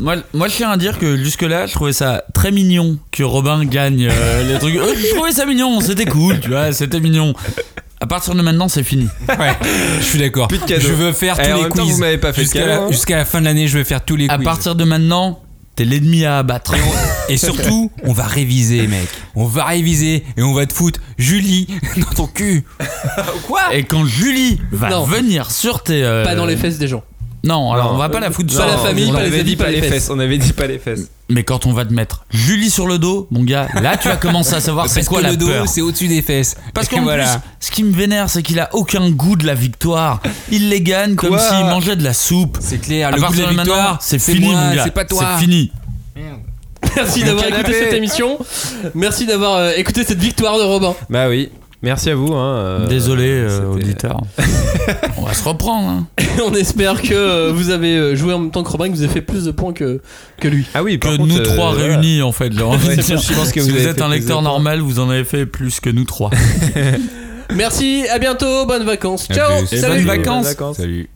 Speaker 2: moi, moi, je tiens à dire que jusque-là, je trouvais ça très mignon que Robin gagne euh, les trucs. Euh, je trouvais ça mignon. C'était cool, tu vois. C'était mignon. À partir de maintenant, c'est fini.
Speaker 3: Ouais, je suis d'accord.
Speaker 4: Plus de cadeaux.
Speaker 3: Je veux faire tous
Speaker 4: Eh, en
Speaker 3: les
Speaker 4: même temps, vous
Speaker 3: quiz.
Speaker 4: m'avez pas fait de
Speaker 3: Jusqu'à
Speaker 4: cadeau,
Speaker 3: la,
Speaker 4: hein.
Speaker 3: jusqu'à la fin de l'année, je vais faire tous les
Speaker 2: À
Speaker 3: quiz.
Speaker 2: partir de maintenant, t'es l'ennemi à abattre.
Speaker 3: Et surtout, on va réviser, mec. On va réviser et on va te foutre Julie dans ton cul.
Speaker 2: Et quand Julie va
Speaker 1: Non.
Speaker 2: venir sur tes. euh,
Speaker 1: Pas dans les fesses des gens.
Speaker 2: Non, alors
Speaker 4: Non.
Speaker 2: on va pas la foutre
Speaker 1: Pas
Speaker 2: sur
Speaker 1: la famille,
Speaker 2: on
Speaker 1: pas
Speaker 2: la-
Speaker 1: les
Speaker 4: avait
Speaker 1: habits,
Speaker 4: dit
Speaker 1: pas les fesses.
Speaker 4: On avait dit pas les fesses.
Speaker 2: Mais quand on va te mettre Julie sur le dos, mon gars, là tu vas commencer à savoir c'est
Speaker 3: Parce
Speaker 2: quoi
Speaker 3: que
Speaker 2: la
Speaker 3: le dos,
Speaker 2: peur.
Speaker 3: c'est au-dessus des fesses.
Speaker 2: Parce
Speaker 3: Et
Speaker 2: qu'en
Speaker 3: voilà.
Speaker 2: plus, ce qui me vénère, c'est qu'il a aucun goût de la victoire. Il les gagne comme
Speaker 4: Quoi
Speaker 2: s'il mangeait de la soupe.
Speaker 3: c'est clair,
Speaker 2: À
Speaker 3: le coup de
Speaker 2: partir
Speaker 3: la
Speaker 2: de maintenant,
Speaker 3: victoire,
Speaker 2: c'est fini,
Speaker 3: moi,
Speaker 2: mon gars.
Speaker 3: C'est pas toi.
Speaker 2: C'est fini.
Speaker 1: Merci d'avoir écouté cette émission. Merci d'avoir euh, écouté cette victoire de Robin.
Speaker 4: Bah oui. Merci à vous. hein, euh,
Speaker 2: Désolé, euh,
Speaker 4: c'était-
Speaker 2: auditeur. on va se reprendre. hein.
Speaker 1: On espère que euh, vous avez euh, joué en même temps que Robin, que vous avez fait plus de points que, que lui.
Speaker 4: Ah oui, par
Speaker 2: Que
Speaker 4: contre,
Speaker 2: nous
Speaker 4: euh,
Speaker 2: trois
Speaker 4: voilà.
Speaker 2: réunis, en fait. j'ai envie de
Speaker 4: Ouais,
Speaker 2: dire.
Speaker 4: je pense que
Speaker 2: si
Speaker 4: vous
Speaker 2: vous
Speaker 4: avez
Speaker 2: êtes
Speaker 4: fait
Speaker 2: un
Speaker 4: plus
Speaker 2: lecteur
Speaker 4: de points.
Speaker 2: normal, vous en avez fait plus que nous trois.
Speaker 1: Merci, à bientôt, bonnes vacances. Ciao,
Speaker 3: plus. Et
Speaker 2: Bonnes
Speaker 1: salut.
Speaker 2: vacances.
Speaker 3: euh,
Speaker 4: Vacances.
Speaker 3: Salut.